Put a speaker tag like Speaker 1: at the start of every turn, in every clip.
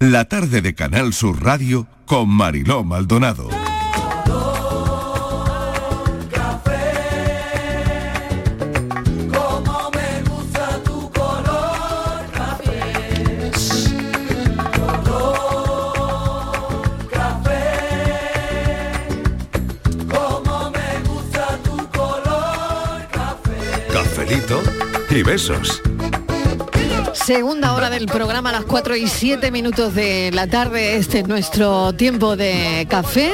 Speaker 1: La tarde de Canal Sur Radio con Mariló Maldonado.
Speaker 2: Como me gusta tu color café, color café. Como me gusta tu color café.
Speaker 3: Cafelito y besos.
Speaker 4: Segunda hora del programa a las 4 y 7 minutos de la tarde. Este es nuestro tiempo de café.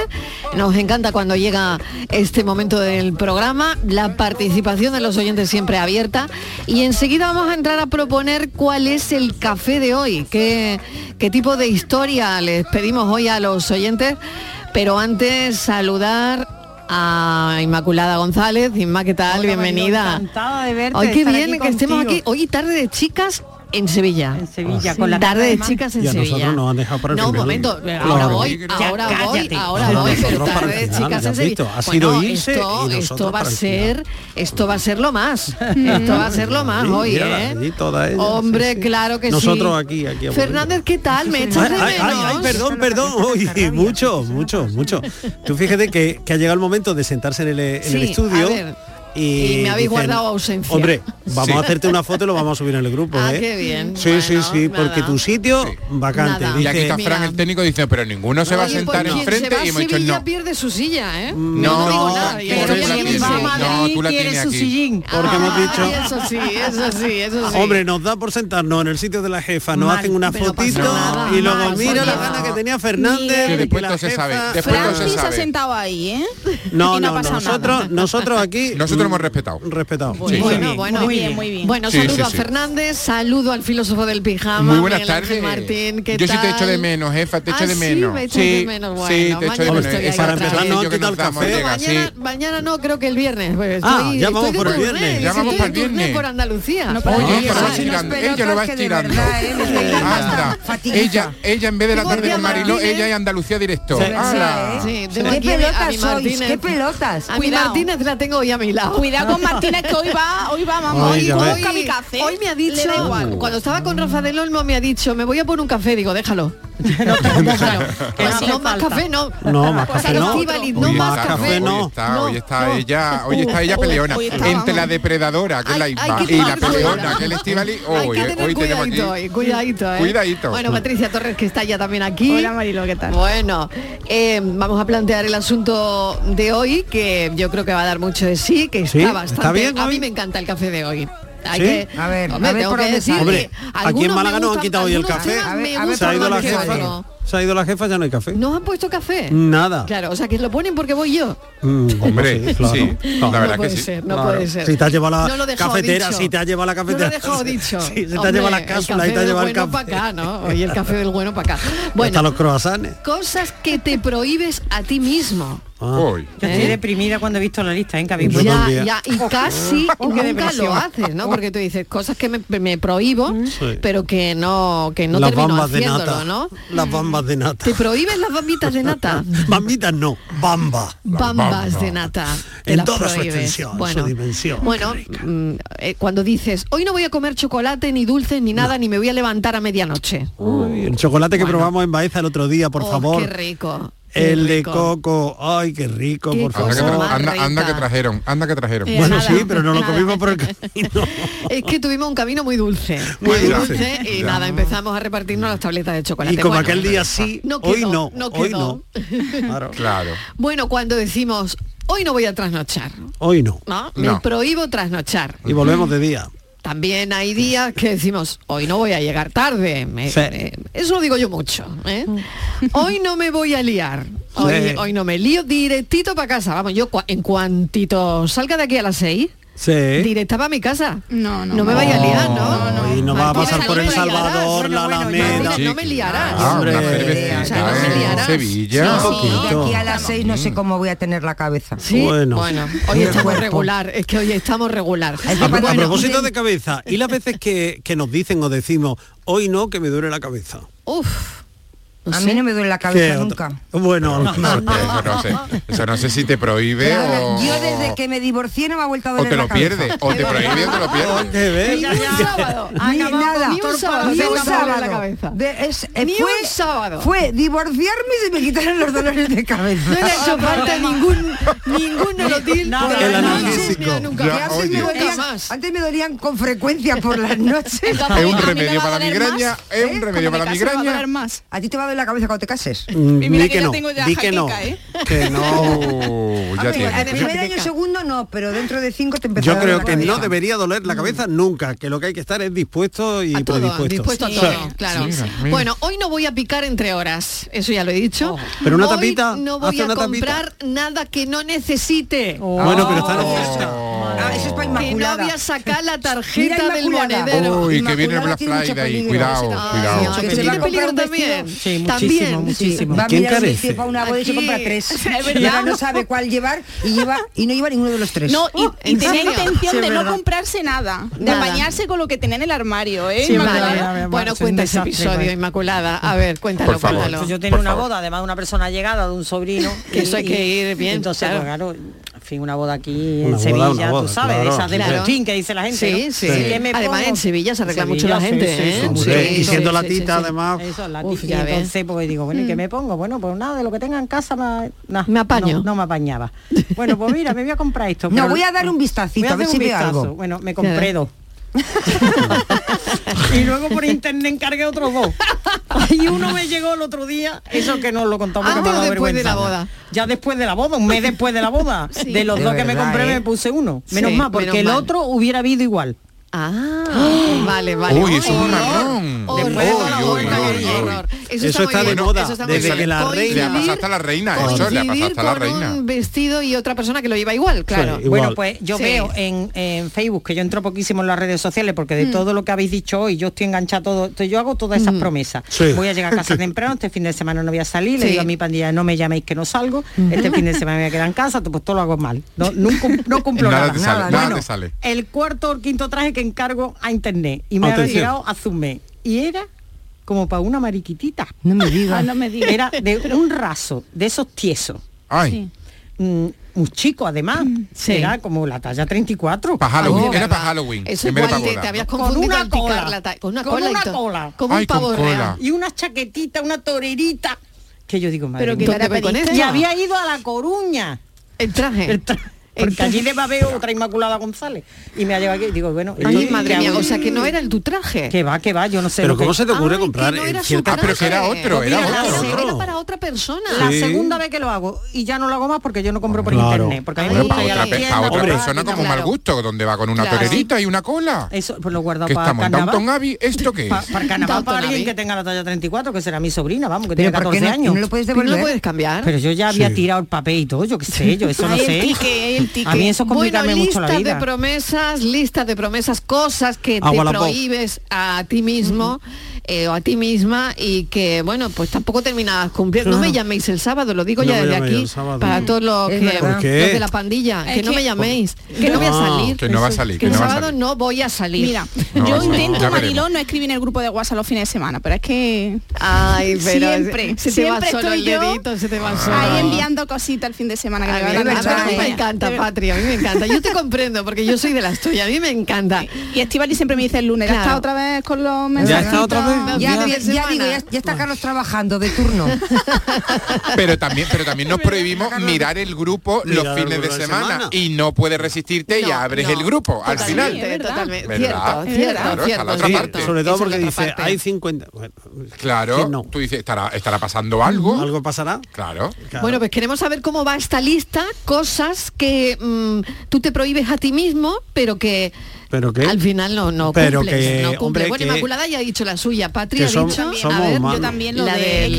Speaker 4: Nos encanta cuando llega este momento del programa. La participación de los oyentes siempre abierta. Y enseguida vamos a entrar a proponer cuál es el café de hoy. ¿Qué, qué tipo de historia les pedimos hoy a los oyentes? Pero antes saludar a Inmaculada González. Inma, ¿qué tal?
Speaker 5: Hola, Mariló,
Speaker 4: Bienvenida.
Speaker 5: encantada de verte,
Speaker 4: Hoy
Speaker 5: de
Speaker 4: qué
Speaker 5: estar
Speaker 4: bien
Speaker 5: aquí
Speaker 4: que estemos aquí.
Speaker 5: contigo.
Speaker 4: Hoy tarde de chicas en Sevilla. En
Speaker 5: Sevilla, con la
Speaker 4: tarde
Speaker 5: tarde
Speaker 4: de
Speaker 5: más.
Speaker 4: chicas en
Speaker 6: Y a
Speaker 4: Sevilla.
Speaker 6: nosotros nos han dejado para el
Speaker 4: No, un
Speaker 6: primer
Speaker 4: momento,
Speaker 6: lugar.
Speaker 4: ahora
Speaker 6: Claro.
Speaker 4: voy,
Speaker 6: Ya,
Speaker 4: ahora voy,
Speaker 6: cállate.
Speaker 4: ahora
Speaker 6: No,
Speaker 4: voy,
Speaker 6: nosotros
Speaker 4: pero
Speaker 6: para el
Speaker 4: tarde de
Speaker 6: final,
Speaker 4: chicas
Speaker 6: ya
Speaker 4: en
Speaker 6: has
Speaker 4: Sevilla.
Speaker 6: visto, ha sido
Speaker 4: Bueno,
Speaker 6: irse
Speaker 4: esto,
Speaker 6: y nosotros
Speaker 4: esto va a
Speaker 6: para el final.
Speaker 4: ser, esto va a ser lo más.
Speaker 5: Mm.
Speaker 4: esto va a ser lo más
Speaker 6: Sí,
Speaker 4: hoy,
Speaker 6: mírala,
Speaker 4: ¿eh?
Speaker 6: allí toda ella,
Speaker 4: Hombre,
Speaker 6: sí, sí.
Speaker 4: claro que sí.
Speaker 6: Nosotros aquí, aquí, aburrido.
Speaker 4: Fernández, ¿qué tal? Me
Speaker 6: Ay,
Speaker 4: echas de
Speaker 6: ay, ay, ay,
Speaker 4: menos.
Speaker 6: perdón, perdón. Oye, mucho, mucho, mucho. Tú fíjate que, que ha llegado el momento de sentarse en el, en el
Speaker 4: Sí, a
Speaker 6: estudio.
Speaker 4: ver. Y me habéis guardado ausencia.
Speaker 6: Hombre, vamos
Speaker 4: Sí.
Speaker 6: a hacerte una foto y lo vamos a subir en el grupo.
Speaker 4: Ah,
Speaker 6: ¿eh?
Speaker 4: qué bien.
Speaker 6: Sí, sí, sí, porque tu sitio vacante.
Speaker 4: Nada.
Speaker 7: Y aquí está Fran, el técnico, dice, pero ninguno se va a
Speaker 4: Oye,
Speaker 7: sentar
Speaker 4: pues, quien
Speaker 7: enfrente
Speaker 4: se va
Speaker 7: y
Speaker 4: a
Speaker 7: hemos dicho
Speaker 4: Sevilla
Speaker 7: no.
Speaker 4: pierde su silla, ¿eh?
Speaker 6: Mm,
Speaker 7: No,
Speaker 4: Yo digo
Speaker 7: no,
Speaker 4: nada.
Speaker 7: pero
Speaker 4: yo
Speaker 7: tú
Speaker 4: digo
Speaker 7: Pues la
Speaker 4: nada.
Speaker 7: tienes. No, tú la tienes aquí.
Speaker 6: Porque hemos dicho.
Speaker 4: Ay, Ah, eso sí, eso sí, eso sí.
Speaker 6: Hombre, nos da por sentarnos en el sitio de la jefa, nos
Speaker 4: Mal,
Speaker 6: hacen una
Speaker 4: pero
Speaker 6: fotito
Speaker 4: pasa nada,
Speaker 6: y luego
Speaker 4: mal,
Speaker 6: mira
Speaker 4: porque
Speaker 6: la
Speaker 4: no.
Speaker 6: gana que tenía Fernández.
Speaker 7: Que después
Speaker 6: la
Speaker 7: todo se
Speaker 6: jefa-
Speaker 7: sabe, después todo
Speaker 8: Francis se ha sentado ahí, ¿eh?
Speaker 6: No,
Speaker 8: Y no
Speaker 6: no,
Speaker 8: pasa
Speaker 6: no,
Speaker 8: nada.
Speaker 6: nosotros, nosotros aquí. Nosotros hemos respetado. Respetado.
Speaker 4: Bueno, bueno,
Speaker 8: muy bien, muy bien.
Speaker 4: Bueno,
Speaker 6: Sí,
Speaker 4: saludo
Speaker 6: sí,
Speaker 4: a
Speaker 6: sí.
Speaker 4: Fernández, saludo al filósofo del pijama,
Speaker 7: Muy buenas
Speaker 4: Miguel Ángel
Speaker 7: tardes.
Speaker 4: Martín, ¿qué
Speaker 7: Yo sí te
Speaker 4: tal?
Speaker 7: echo de menos, jefa, te echo
Speaker 4: Ah,
Speaker 7: de
Speaker 4: sí,
Speaker 7: menos.
Speaker 4: me echas de menos, bueno,
Speaker 7: sí, te echo de
Speaker 4: mañana
Speaker 7: menos.
Speaker 4: estoy ahí
Speaker 7: Para
Speaker 4: otra
Speaker 7: empezar,
Speaker 4: vez.
Speaker 7: no, que nos damos llega, sí.
Speaker 4: Mañana, mañana no, creo que el viernes. porque
Speaker 7: Ah,
Speaker 4: estoy-
Speaker 7: ya vamos
Speaker 4: estoy de
Speaker 7: por el
Speaker 4: turné,
Speaker 7: viernes.
Speaker 4: si
Speaker 7: Ya vamos
Speaker 4: estoy
Speaker 7: para el
Speaker 4: de turné
Speaker 7: viernes.
Speaker 4: por Andalucía.
Speaker 7: Oye, ella va estirando, ella lo va estirando.
Speaker 8: ¿eh?
Speaker 4: eh,
Speaker 7: Anda, ella, ella en vez de la
Speaker 4: Tengo
Speaker 7: tarde de
Speaker 4: aquí a
Speaker 7: Mariló,
Speaker 4: Martínez.
Speaker 7: ella es Andalucía directo.
Speaker 8: ¿eh?
Speaker 7: Ala.
Speaker 4: Sí,
Speaker 7: Sí.
Speaker 4: tengo aquí a mi- a mi Martínez.
Speaker 8: qué pelotas.
Speaker 4: A mi Martínez la tengo hoy a mi lado.
Speaker 8: Cuidado con Martínez que hoy va, hoy va, vamos. Hoy,
Speaker 4: Hoy, hoy-
Speaker 8: busca mi café.
Speaker 4: hoy me ha
Speaker 8: Le
Speaker 4: dicho,
Speaker 8: da igual.
Speaker 4: cuando estaba con Rafa del Olmo me ha dicho, me voy a por un café, digo, déjalo.
Speaker 8: Pues
Speaker 4: déjalo. Pues
Speaker 7: no
Speaker 4: si no,
Speaker 7: hace
Speaker 4: más café no.
Speaker 6: No, más
Speaker 4: Pues
Speaker 6: café no.
Speaker 4: Estíbaliz, no
Speaker 7: Hoy
Speaker 4: más
Speaker 7: está,
Speaker 4: café
Speaker 7: Hoy
Speaker 4: no.
Speaker 7: está, hoy está ella, hoy está ella
Speaker 4: Uy,
Speaker 7: peleona.
Speaker 4: hoy está,
Speaker 7: Entre la
Speaker 4: vamos.
Speaker 7: depredadora, que es la Isma,
Speaker 4: hay que
Speaker 7: y la
Speaker 4: tomar
Speaker 7: peleona,
Speaker 4: cuidado.
Speaker 7: que es la Estivali,
Speaker 4: Hay
Speaker 7: hoy,
Speaker 4: que
Speaker 7: eh,
Speaker 4: tener
Speaker 7: hoy tenemos aquí.
Speaker 4: cuidadito, hoy, cuidadito, eh.
Speaker 7: Cuidadito.
Speaker 4: Bueno, Patricia Torres, que está ya también aquí. Hola, Marilo, ¿qué tal? Bueno, eh, vamos a plantear el asunto de hoy, que yo creo que va a dar mucho de sí, que
Speaker 6: Sí,
Speaker 4: está
Speaker 6: ¿está
Speaker 4: bastante...
Speaker 6: bien
Speaker 4: a
Speaker 6: hoy?
Speaker 4: mí me encanta el café de hoy. Hay
Speaker 6: ¿Sí?
Speaker 4: que,
Speaker 6: A ver,
Speaker 4: hombre,
Speaker 6: a ver
Speaker 4: tengo
Speaker 6: por
Speaker 4: que
Speaker 6: dónde
Speaker 4: decir
Speaker 6: sale. Hombre,
Speaker 4: que
Speaker 6: aquí en
Speaker 4: algunos me
Speaker 6: Málaga nos han
Speaker 4: gustan-
Speaker 6: quitado hoy el
Speaker 4: algunos
Speaker 6: café.
Speaker 4: temas
Speaker 6: A ver,
Speaker 4: me
Speaker 6: a ver,
Speaker 4: gustan
Speaker 6: se ha ido
Speaker 4: más
Speaker 6: la
Speaker 4: que
Speaker 6: jefa.
Speaker 4: otros.
Speaker 6: Se ha ido la jefa, ya no hay café.
Speaker 4: ¿No han puesto café?
Speaker 6: Nada.
Speaker 4: Claro, o sea, que lo ponen porque voy yo.
Speaker 6: Mm,
Speaker 7: Hombre,
Speaker 6: claro.
Speaker 7: sí, la verdad
Speaker 4: No
Speaker 7: que
Speaker 4: puede
Speaker 7: sí.
Speaker 4: ser, no puede ser.
Speaker 6: Si te has llevado la
Speaker 4: No lo he dejado
Speaker 6: cafetera,
Speaker 4: dicho.
Speaker 6: si te has llevado la
Speaker 4: No lo he
Speaker 6: cafetera.
Speaker 4: dejado dicho.
Speaker 6: Sí, si te
Speaker 4: Hombre,
Speaker 6: has llevado la
Speaker 4: el
Speaker 6: cápsula
Speaker 4: café
Speaker 6: y te has
Speaker 4: del
Speaker 6: llevado el
Speaker 4: bueno
Speaker 6: café.
Speaker 4: pa' acá, ¿no? Hoy el café del bueno para acá. Bueno,
Speaker 6: Hasta los croissants.
Speaker 4: cosas que te prohíbes a ti mismo.
Speaker 6: Hoy.
Speaker 5: Yo estoy
Speaker 4: ¿Eh?
Speaker 5: deprimida cuando he visto la lista, ¿eh? Que habéis puesto.
Speaker 4: Ya, ya, y
Speaker 5: Oh,
Speaker 4: casi
Speaker 5: oh, qué
Speaker 4: nunca
Speaker 5: depresión.
Speaker 4: lo haces, ¿no? Porque tú dices cosas que me, me prohíbo,
Speaker 6: Sí.
Speaker 4: pero que no, que no
Speaker 6: las
Speaker 4: termino
Speaker 6: bambas de
Speaker 4: haciéndolo,
Speaker 6: nata.
Speaker 4: ¿no?
Speaker 6: Las bambas de nata.
Speaker 4: ¿Te prohíbes las bambitas de nata?
Speaker 6: Bambitas no, bamba.
Speaker 4: Bambas de nata. te
Speaker 6: En
Speaker 4: las
Speaker 6: toda su
Speaker 4: prohíbes.
Speaker 6: extensión,
Speaker 4: Bueno,
Speaker 6: su dimensión.
Speaker 4: Bueno, mm, eh, cuando dices, hoy no voy a comer chocolate, ni dulces, ni nada, ni me voy a levantar a medianoche.
Speaker 6: Uy, el chocolate que probamos en Baeza el otro día, por
Speaker 4: Oh,
Speaker 6: favor.
Speaker 4: Qué rico. qué
Speaker 6: El de
Speaker 4: rico.
Speaker 6: coco, ay, qué rico,
Speaker 4: Qué
Speaker 6: por
Speaker 4: cosa
Speaker 7: Anda que,
Speaker 6: favor.
Speaker 7: tra- anda-
Speaker 4: rica.
Speaker 7: anda que trajeron, anda que trajeron.
Speaker 4: Eh,
Speaker 6: Bueno,
Speaker 4: nada,
Speaker 6: sí, pero no lo
Speaker 4: nada.
Speaker 6: comimos por el camino.
Speaker 4: Es que tuvimos un camino muy dulce. Muy
Speaker 6: Muy
Speaker 4: dulce.
Speaker 6: dulce.
Speaker 4: y
Speaker 6: Ya.
Speaker 4: nada, empezamos a repartirnos las tabletas de chocolate.
Speaker 6: Y como
Speaker 4: Bueno,
Speaker 6: aquel día sí,
Speaker 4: no
Speaker 6: hoy
Speaker 4: quedó,
Speaker 6: no,
Speaker 4: no
Speaker 6: hoy
Speaker 4: quedó.
Speaker 6: no. Claro.
Speaker 7: Claro.
Speaker 4: Bueno, cuando decimos, hoy no voy a trasnochar,
Speaker 6: Hoy no.
Speaker 4: ¿no? Me
Speaker 6: No.
Speaker 4: prohíbo trasnochar.
Speaker 6: Y volvemos de día.
Speaker 4: También hay días que decimos, hoy no voy a llegar tarde. me-
Speaker 6: Sí.
Speaker 4: eh, eso lo digo yo mucho. ¿eh? Hoy no me voy a liar. Hoy,
Speaker 6: Sí.
Speaker 4: hoy no me lío directito para casa. Vamos, yo cua- en cuantito salga de aquí a las seis,
Speaker 6: Sí.
Speaker 4: directa para mi casa.
Speaker 8: No,
Speaker 4: No me vaya a liar, ¿no?
Speaker 6: Y no va a
Speaker 4: Martínez,
Speaker 6: pasar por
Speaker 4: no
Speaker 6: El
Speaker 4: me pues liarás.
Speaker 6: Salvador, la Alameda.
Speaker 4: Martínez, no me liarás.
Speaker 7: Ah,
Speaker 6: Hombre.
Speaker 7: una cervecita,
Speaker 9: O sea, no
Speaker 7: eh,
Speaker 9: me
Speaker 7: en
Speaker 4: liarás.
Speaker 7: Sevilla.
Speaker 4: Sí,
Speaker 9: Sí, de aquí a las
Speaker 4: No.
Speaker 9: seis no
Speaker 7: Mm.
Speaker 9: sé cómo voy a tener la cabeza.
Speaker 4: Sí, bueno.
Speaker 6: Bueno.
Speaker 4: hoy
Speaker 9: Mi
Speaker 4: estamos
Speaker 9: cuerpo.
Speaker 4: regular, es que hoy estamos regular.
Speaker 9: Hay que
Speaker 6: A, pro- a
Speaker 9: Bueno,
Speaker 6: propósito
Speaker 9: miren.
Speaker 6: de cabeza, y las veces que, que nos dicen o decimos, hoy no, que me duele la cabeza.
Speaker 4: Uf,
Speaker 9: a mí no me duele la cabeza nunca.
Speaker 6: Bueno,
Speaker 7: eso no sé. Eso no sé si te prohíbe o,
Speaker 9: Yo desde que me divorcié no me ha vuelto a
Speaker 7: o
Speaker 9: doler
Speaker 7: te lo
Speaker 9: la cabeza.
Speaker 7: pierde. O te prohíbe o te lo
Speaker 6: Oh,
Speaker 7: pierde.
Speaker 9: Ni
Speaker 2: Acabamos
Speaker 9: nada.
Speaker 2: con un sábado,
Speaker 9: Ni
Speaker 2: se
Speaker 9: un
Speaker 2: acabó la
Speaker 9: sábado.
Speaker 2: cabeza.
Speaker 9: De- es- eh,
Speaker 2: Ni
Speaker 9: fue,
Speaker 2: un sábado.
Speaker 9: Fue divorciarme y se me quitaron los dolores de cabeza.
Speaker 2: No le ha hecho falta
Speaker 4: ningún ningún
Speaker 2: elotil
Speaker 9: Nada.
Speaker 2: por la El noche, analgésico. mira, nunca.
Speaker 9: Que
Speaker 2: Ya,
Speaker 9: antes,
Speaker 2: oye.
Speaker 9: me dolían,
Speaker 2: Nunca más.
Speaker 9: antes me dolían con frecuencia por las noches.
Speaker 2: Es un A mí me va a remedio para la doler migraña, más, es un ¿eh? remedio Cuando me para la case me va a migraña. doler
Speaker 9: Más. A ti te va a doler la cabeza cuando te cases.
Speaker 6: Mm, Y mira di que que yo no, tengo ya di que no.
Speaker 9: ¿eh?
Speaker 6: Que
Speaker 7: no.
Speaker 9: A
Speaker 6: ya
Speaker 9: ver,
Speaker 6: tiene.
Speaker 9: al primer año segundo no, pero dentro de cinco te empezará
Speaker 6: Yo
Speaker 9: a doler
Speaker 6: creo
Speaker 9: la
Speaker 6: que
Speaker 9: cabeza.
Speaker 6: no debería doler la cabeza nunca, que lo que hay que estar es dispuesto y
Speaker 4: todo,
Speaker 6: predispuesto.
Speaker 4: dispuesto a
Speaker 6: Sí.
Speaker 4: todo,
Speaker 6: Sí.
Speaker 4: claro.
Speaker 6: Sí, mira.
Speaker 4: bueno, hoy no voy a picar entre horas, eso ya lo he dicho.
Speaker 6: Pero una
Speaker 4: Hoy
Speaker 6: tapita,
Speaker 4: no voy
Speaker 6: hace
Speaker 4: a
Speaker 6: una tapita.
Speaker 4: comprar nada que no necesite.
Speaker 6: Bueno, pero
Speaker 10: Oh.
Speaker 6: está fresca.
Speaker 4: Que no voy a sacar la tarjeta
Speaker 9: Mira,
Speaker 4: del
Speaker 9: Inmaculada.
Speaker 4: monedero.
Speaker 7: Uy, que viene el Black
Speaker 9: tiene mucho
Speaker 7: Friday,
Speaker 9: peligro.
Speaker 7: cuidado, cuidado. Que
Speaker 9: Mucho
Speaker 4: se
Speaker 9: peligro.
Speaker 4: va a comprar un vestido.
Speaker 9: Sí,
Speaker 4: También,
Speaker 9: muchísimo,
Speaker 4: sí.
Speaker 9: muchísimo.
Speaker 4: Va a
Speaker 9: ¿Quién
Speaker 4: mirar
Speaker 9: carece?
Speaker 4: vestido para
Speaker 9: una boda y se
Speaker 4: Aquí.
Speaker 9: compra tres.
Speaker 4: Es
Speaker 9: Y
Speaker 4: verdad.
Speaker 9: ahora no sabe cuál llevar y lleva y no lleva ninguno de los tres.
Speaker 8: No, y, y
Speaker 9: Oh, ¿En
Speaker 8: tenía
Speaker 9: serio?
Speaker 8: intención
Speaker 9: Sí,
Speaker 8: de
Speaker 9: es
Speaker 8: no
Speaker 9: verdad.
Speaker 8: comprarse nada, de
Speaker 9: Nada.
Speaker 8: bañarse con lo que tenía en el armario, ¿eh?
Speaker 4: Sí,
Speaker 8: Inmaculada.
Speaker 4: vale. Bueno, cuenta ese episodio, Inmaculada. A ver, cuéntalo,
Speaker 11: Por favor.
Speaker 4: cuéntalo.
Speaker 11: Pues Yo tenía una boda, además de una persona llegada, de un sobrino.
Speaker 4: Que eso hay que ir bien,
Speaker 11: Entonces,
Speaker 4: claro.
Speaker 11: pues, claro. en fin, una boda aquí en
Speaker 4: Una boda,
Speaker 11: Sevilla,
Speaker 4: una boda,
Speaker 11: tú sabes,
Speaker 4: claro.
Speaker 11: de esas del
Speaker 4: Claro.
Speaker 11: postín que dice la gente.
Speaker 4: Sí,
Speaker 11: ¿no?
Speaker 4: sí.
Speaker 11: ¿Qué me
Speaker 4: Además,
Speaker 11: pongo?
Speaker 4: en Sevilla se reclama mucho la
Speaker 11: Sevilla,
Speaker 4: gente, ¿eh? Sí,
Speaker 11: eso,
Speaker 4: y siendo
Speaker 11: eso,
Speaker 4: latita,
Speaker 11: eso, eso.
Speaker 4: además.
Speaker 11: Eso,
Speaker 4: Uf,
Speaker 11: es latita.
Speaker 4: ya
Speaker 11: Y
Speaker 4: ves. Mm.
Speaker 11: entonces, pues digo, bueno, ¿y qué me pongo? Bueno, pues nada, de lo que tenga en casa, me, nah,
Speaker 4: apaño.
Speaker 11: No, no me apañaba. Bueno, pues mira, me voy a comprar esto.
Speaker 9: No,
Speaker 11: pero-
Speaker 9: voy a dar un vistacito,
Speaker 11: Voy
Speaker 9: a ver
Speaker 11: hacer un
Speaker 9: si veo
Speaker 11: vistazo.
Speaker 9: algo.
Speaker 11: Bueno, me
Speaker 9: Ya
Speaker 11: compré
Speaker 9: ves.
Speaker 11: dos. y luego por internet encargué otros dos. Y uno me llegó el otro día, eso que no lo contamos
Speaker 4: Antes
Speaker 11: que me
Speaker 4: o
Speaker 11: da
Speaker 4: después de
Speaker 11: vergüenza.
Speaker 4: la boda.
Speaker 11: Ya después de la boda, un mes después de la boda.
Speaker 4: Sí.
Speaker 11: De los
Speaker 4: De
Speaker 11: dos que me
Speaker 4: verdad,
Speaker 11: compré
Speaker 4: ¿eh?
Speaker 11: me puse uno. Menos
Speaker 4: Sí,
Speaker 11: mal, porque
Speaker 4: menos
Speaker 11: el
Speaker 4: mal.
Speaker 11: otro hubiera habido igual.
Speaker 4: Ah, vale, vale.
Speaker 11: Uy, eso es un
Speaker 4: marrón.
Speaker 11: Después de toda la boda,
Speaker 7: Uy, uy.
Speaker 4: Eso Eso está está muy de bien, moda, eso está muy desde bien. que la
Speaker 7: Le
Speaker 4: reina-
Speaker 7: ha pasado hasta la reina, eso le ha pasado
Speaker 4: Coincidir
Speaker 7: hasta la
Speaker 4: con
Speaker 7: reina.
Speaker 4: un vestido y otra persona que lo lleva igual, claro.
Speaker 11: Bueno, pues yo
Speaker 4: Sí.
Speaker 11: veo en, en Facebook, que yo entro poquísimo en las redes sociales, porque de
Speaker 4: Mm.
Speaker 11: todo lo que habéis dicho hoy, yo estoy enganchada a todo, entonces yo hago todas esas
Speaker 4: Mm.
Speaker 11: promesas.
Speaker 4: Sí.
Speaker 11: Voy a llegar a casa temprano, este fin de semana no voy a salir, le
Speaker 4: Sí.
Speaker 11: digo a mi pandilla, no me llaméis que no salgo, este fin de semana me voy a quedar en casa, pues todo lo hago mal. No, no, cum- no cumplo
Speaker 7: Nada
Speaker 11: nada.
Speaker 7: te sale, nada
Speaker 11: Bueno,
Speaker 7: te sale.
Speaker 11: El cuarto o quinto traje que encargo a internet y me ha
Speaker 7: Atención.
Speaker 11: llegado hace un mes. Y era como para una mariquitita.
Speaker 9: No me digas.
Speaker 8: Ah, no me digas.
Speaker 11: Era de un raso, de esos tiesos.
Speaker 7: Ay.
Speaker 11: Mm, muy chico además.
Speaker 4: Mm,
Speaker 11: Era como la talla 34.
Speaker 7: Para Halloween, era para Halloween.
Speaker 4: Eso
Speaker 7: en vez de
Speaker 4: igual
Speaker 7: pa'
Speaker 4: te,
Speaker 7: boda.
Speaker 4: te habías
Speaker 11: Con
Speaker 4: confundido
Speaker 11: una
Speaker 4: al picar
Speaker 11: cola.
Speaker 4: la ta- con una
Speaker 11: Con
Speaker 4: cola, y
Speaker 11: una
Speaker 4: todo.
Speaker 11: cola.
Speaker 4: como un
Speaker 11: Ay, con
Speaker 4: pavo
Speaker 11: cola.
Speaker 4: real.
Speaker 11: y una chaquetita, una torerita. Que yo digo, madre
Speaker 4: Pero que
Speaker 11: mía,
Speaker 4: cara
Speaker 11: ¿dónde voy con
Speaker 4: pediste?
Speaker 11: esto? Y había ido a La Coruña.
Speaker 4: El traje.
Speaker 11: El traje. Porque allí de babeo otra Inmaculada González. Y me ha llevado aquí y digo, bueno,
Speaker 4: Ay,
Speaker 11: ¿esto
Speaker 4: madre
Speaker 11: qué
Speaker 4: mía,
Speaker 11: hago?
Speaker 4: o sea que no era el tu traje.
Speaker 11: Que va, que va, yo no sé.
Speaker 6: Pero
Speaker 11: lo que-
Speaker 6: ¿cómo se te ocurre comprar en cierta
Speaker 7: Ah, pero que era otro,
Speaker 11: Pues
Speaker 7: era
Speaker 11: mira,
Speaker 7: otro.
Speaker 11: la
Speaker 7: otro.
Speaker 11: segunda-
Speaker 4: para otra persona.
Speaker 11: La
Speaker 7: Ah, Sí.
Speaker 11: segunda vez que lo hago y ya no lo hago más porque yo no compro por
Speaker 7: Claro.
Speaker 11: internet. Porque a mí me
Speaker 7: Hombre,
Speaker 11: gusta
Speaker 7: para
Speaker 11: ir a la
Speaker 7: otra, pe-
Speaker 11: tienda,
Speaker 7: para otra
Speaker 11: comprar,
Speaker 7: persona
Speaker 11: tienda,
Speaker 7: como mal
Speaker 11: claro.
Speaker 7: gusto, donde va con una
Speaker 11: Claro.
Speaker 7: torerita y una cola.
Speaker 11: Eso, pues lo guardado
Speaker 7: ¿Qué
Speaker 11: para
Speaker 7: estamos?
Speaker 11: carnaval.
Speaker 7: ¿Downton Abbey? ¿Esto qué
Speaker 11: Pa-
Speaker 7: es?
Speaker 11: para carnaval, para
Speaker 7: Downton
Speaker 11: alguien
Speaker 7: Abbey.
Speaker 11: que tenga la talla 34, que será mi sobrina, vamos, que
Speaker 4: Pero
Speaker 11: tiene
Speaker 4: ¿por
Speaker 11: 14
Speaker 4: qué no-
Speaker 11: años.
Speaker 4: no lo puedes Pero no devolver? puedes cambiar.
Speaker 11: Pero yo ya había
Speaker 4: Sí.
Speaker 11: tirado el papel y todo, yo qué sé, yo eso no
Speaker 4: Ay, el
Speaker 11: sé.
Speaker 4: tique, el tique.
Speaker 11: A mí eso es complicarme
Speaker 4: bueno,
Speaker 11: mucho la
Speaker 4: listas
Speaker 11: vida.
Speaker 4: de promesas, listas de promesas, cosas que
Speaker 11: Agua
Speaker 4: te
Speaker 11: la pop.
Speaker 4: prohíbes a ti mismo eh, o a ti misma y que, bueno, pues tampoco terminas cumplir. No
Speaker 6: Claro.
Speaker 4: me llaméis el sábado, lo digo
Speaker 6: No
Speaker 4: ya
Speaker 6: me
Speaker 4: desde
Speaker 6: llaméis
Speaker 4: aquí
Speaker 6: el sábado.
Speaker 4: para todos los,
Speaker 6: Es
Speaker 4: que,
Speaker 6: verdad.
Speaker 4: los
Speaker 6: ¿Por qué?
Speaker 4: de la pandilla,
Speaker 8: Es
Speaker 4: que, no
Speaker 8: que-
Speaker 4: me llaméis, que no voy a
Speaker 7: No,
Speaker 4: salir.
Speaker 7: que no va a salir, que
Speaker 4: Que el
Speaker 7: no va a
Speaker 4: sábado
Speaker 7: salir.
Speaker 4: no voy a salir.
Speaker 8: Mira,
Speaker 7: No,
Speaker 8: yo
Speaker 7: sí, ya
Speaker 8: intento,
Speaker 7: veremos.
Speaker 8: Marilón, no escribir en el grupo de WhatsApp los fines de semana, pero es que
Speaker 4: Ay, pero
Speaker 8: siempre,
Speaker 4: se te
Speaker 8: siempre
Speaker 4: va solo
Speaker 8: estoy
Speaker 4: el
Speaker 8: yo
Speaker 4: dedito, se te
Speaker 7: Ah.
Speaker 4: va solo.
Speaker 8: ahí enviando cositas el fin de semana. Que
Speaker 4: A
Speaker 8: me
Speaker 4: mí,
Speaker 8: va a dar
Speaker 4: a mí
Speaker 8: mucha
Speaker 4: me
Speaker 8: pena.
Speaker 4: encanta,
Speaker 8: De-
Speaker 4: Patria, a mí me encanta. Yo te comprendo porque yo soy de las tuyas, a mí me encanta.
Speaker 8: Y Estivali siempre me dice el lunes,
Speaker 4: Claro.
Speaker 8: ¿ya está otra vez con los mensajes?
Speaker 7: está otra vez?
Speaker 9: Ya,
Speaker 4: Los
Speaker 9: ya,
Speaker 4: fines de
Speaker 9: ya digo,
Speaker 4: semana.
Speaker 9: ya, ya está Carlos trabajando de turno.
Speaker 7: Pero también, pero también nos prohibimos mirar el grupo los
Speaker 6: Mirar el
Speaker 7: fines de
Speaker 6: grupo de
Speaker 7: semana,
Speaker 6: semana.
Speaker 7: y no puedes resistirte y
Speaker 6: No,
Speaker 7: abres
Speaker 6: no.
Speaker 7: el grupo al
Speaker 6: Totalmente,
Speaker 7: final.
Speaker 6: es verdad.
Speaker 4: totalmente.
Speaker 7: ¿Verdad?
Speaker 4: Cierto, cierto,
Speaker 7: Claro, está la
Speaker 4: cierto,
Speaker 7: otra
Speaker 4: cierto.
Speaker 7: parte.
Speaker 6: Sobre todo
Speaker 4: Esa
Speaker 6: porque
Speaker 4: es la
Speaker 6: dice,
Speaker 4: otra parte.
Speaker 6: hay 50... bueno,
Speaker 7: Claro,
Speaker 6: ¿quién no?
Speaker 7: tú dices, estará, estará pasando algo.
Speaker 6: ¿Algo pasará?
Speaker 7: Claro.
Speaker 4: Bueno, pues queremos saber cómo va esta lista, cosas que mm, tú te prohíbes a ti mismo, pero que
Speaker 6: Pero que...
Speaker 4: al final no, no
Speaker 6: ¿Eh? Pero
Speaker 4: cumples.
Speaker 6: que,
Speaker 4: no cumples.
Speaker 6: hombre,
Speaker 4: bueno,
Speaker 6: que-
Speaker 4: Inmaculada ya ha dicho la suya,
Speaker 6: que
Speaker 4: Patria ha
Speaker 6: som-
Speaker 4: dicho,
Speaker 6: somos
Speaker 4: a ver,
Speaker 6: humanos.
Speaker 4: yo también
Speaker 8: La del-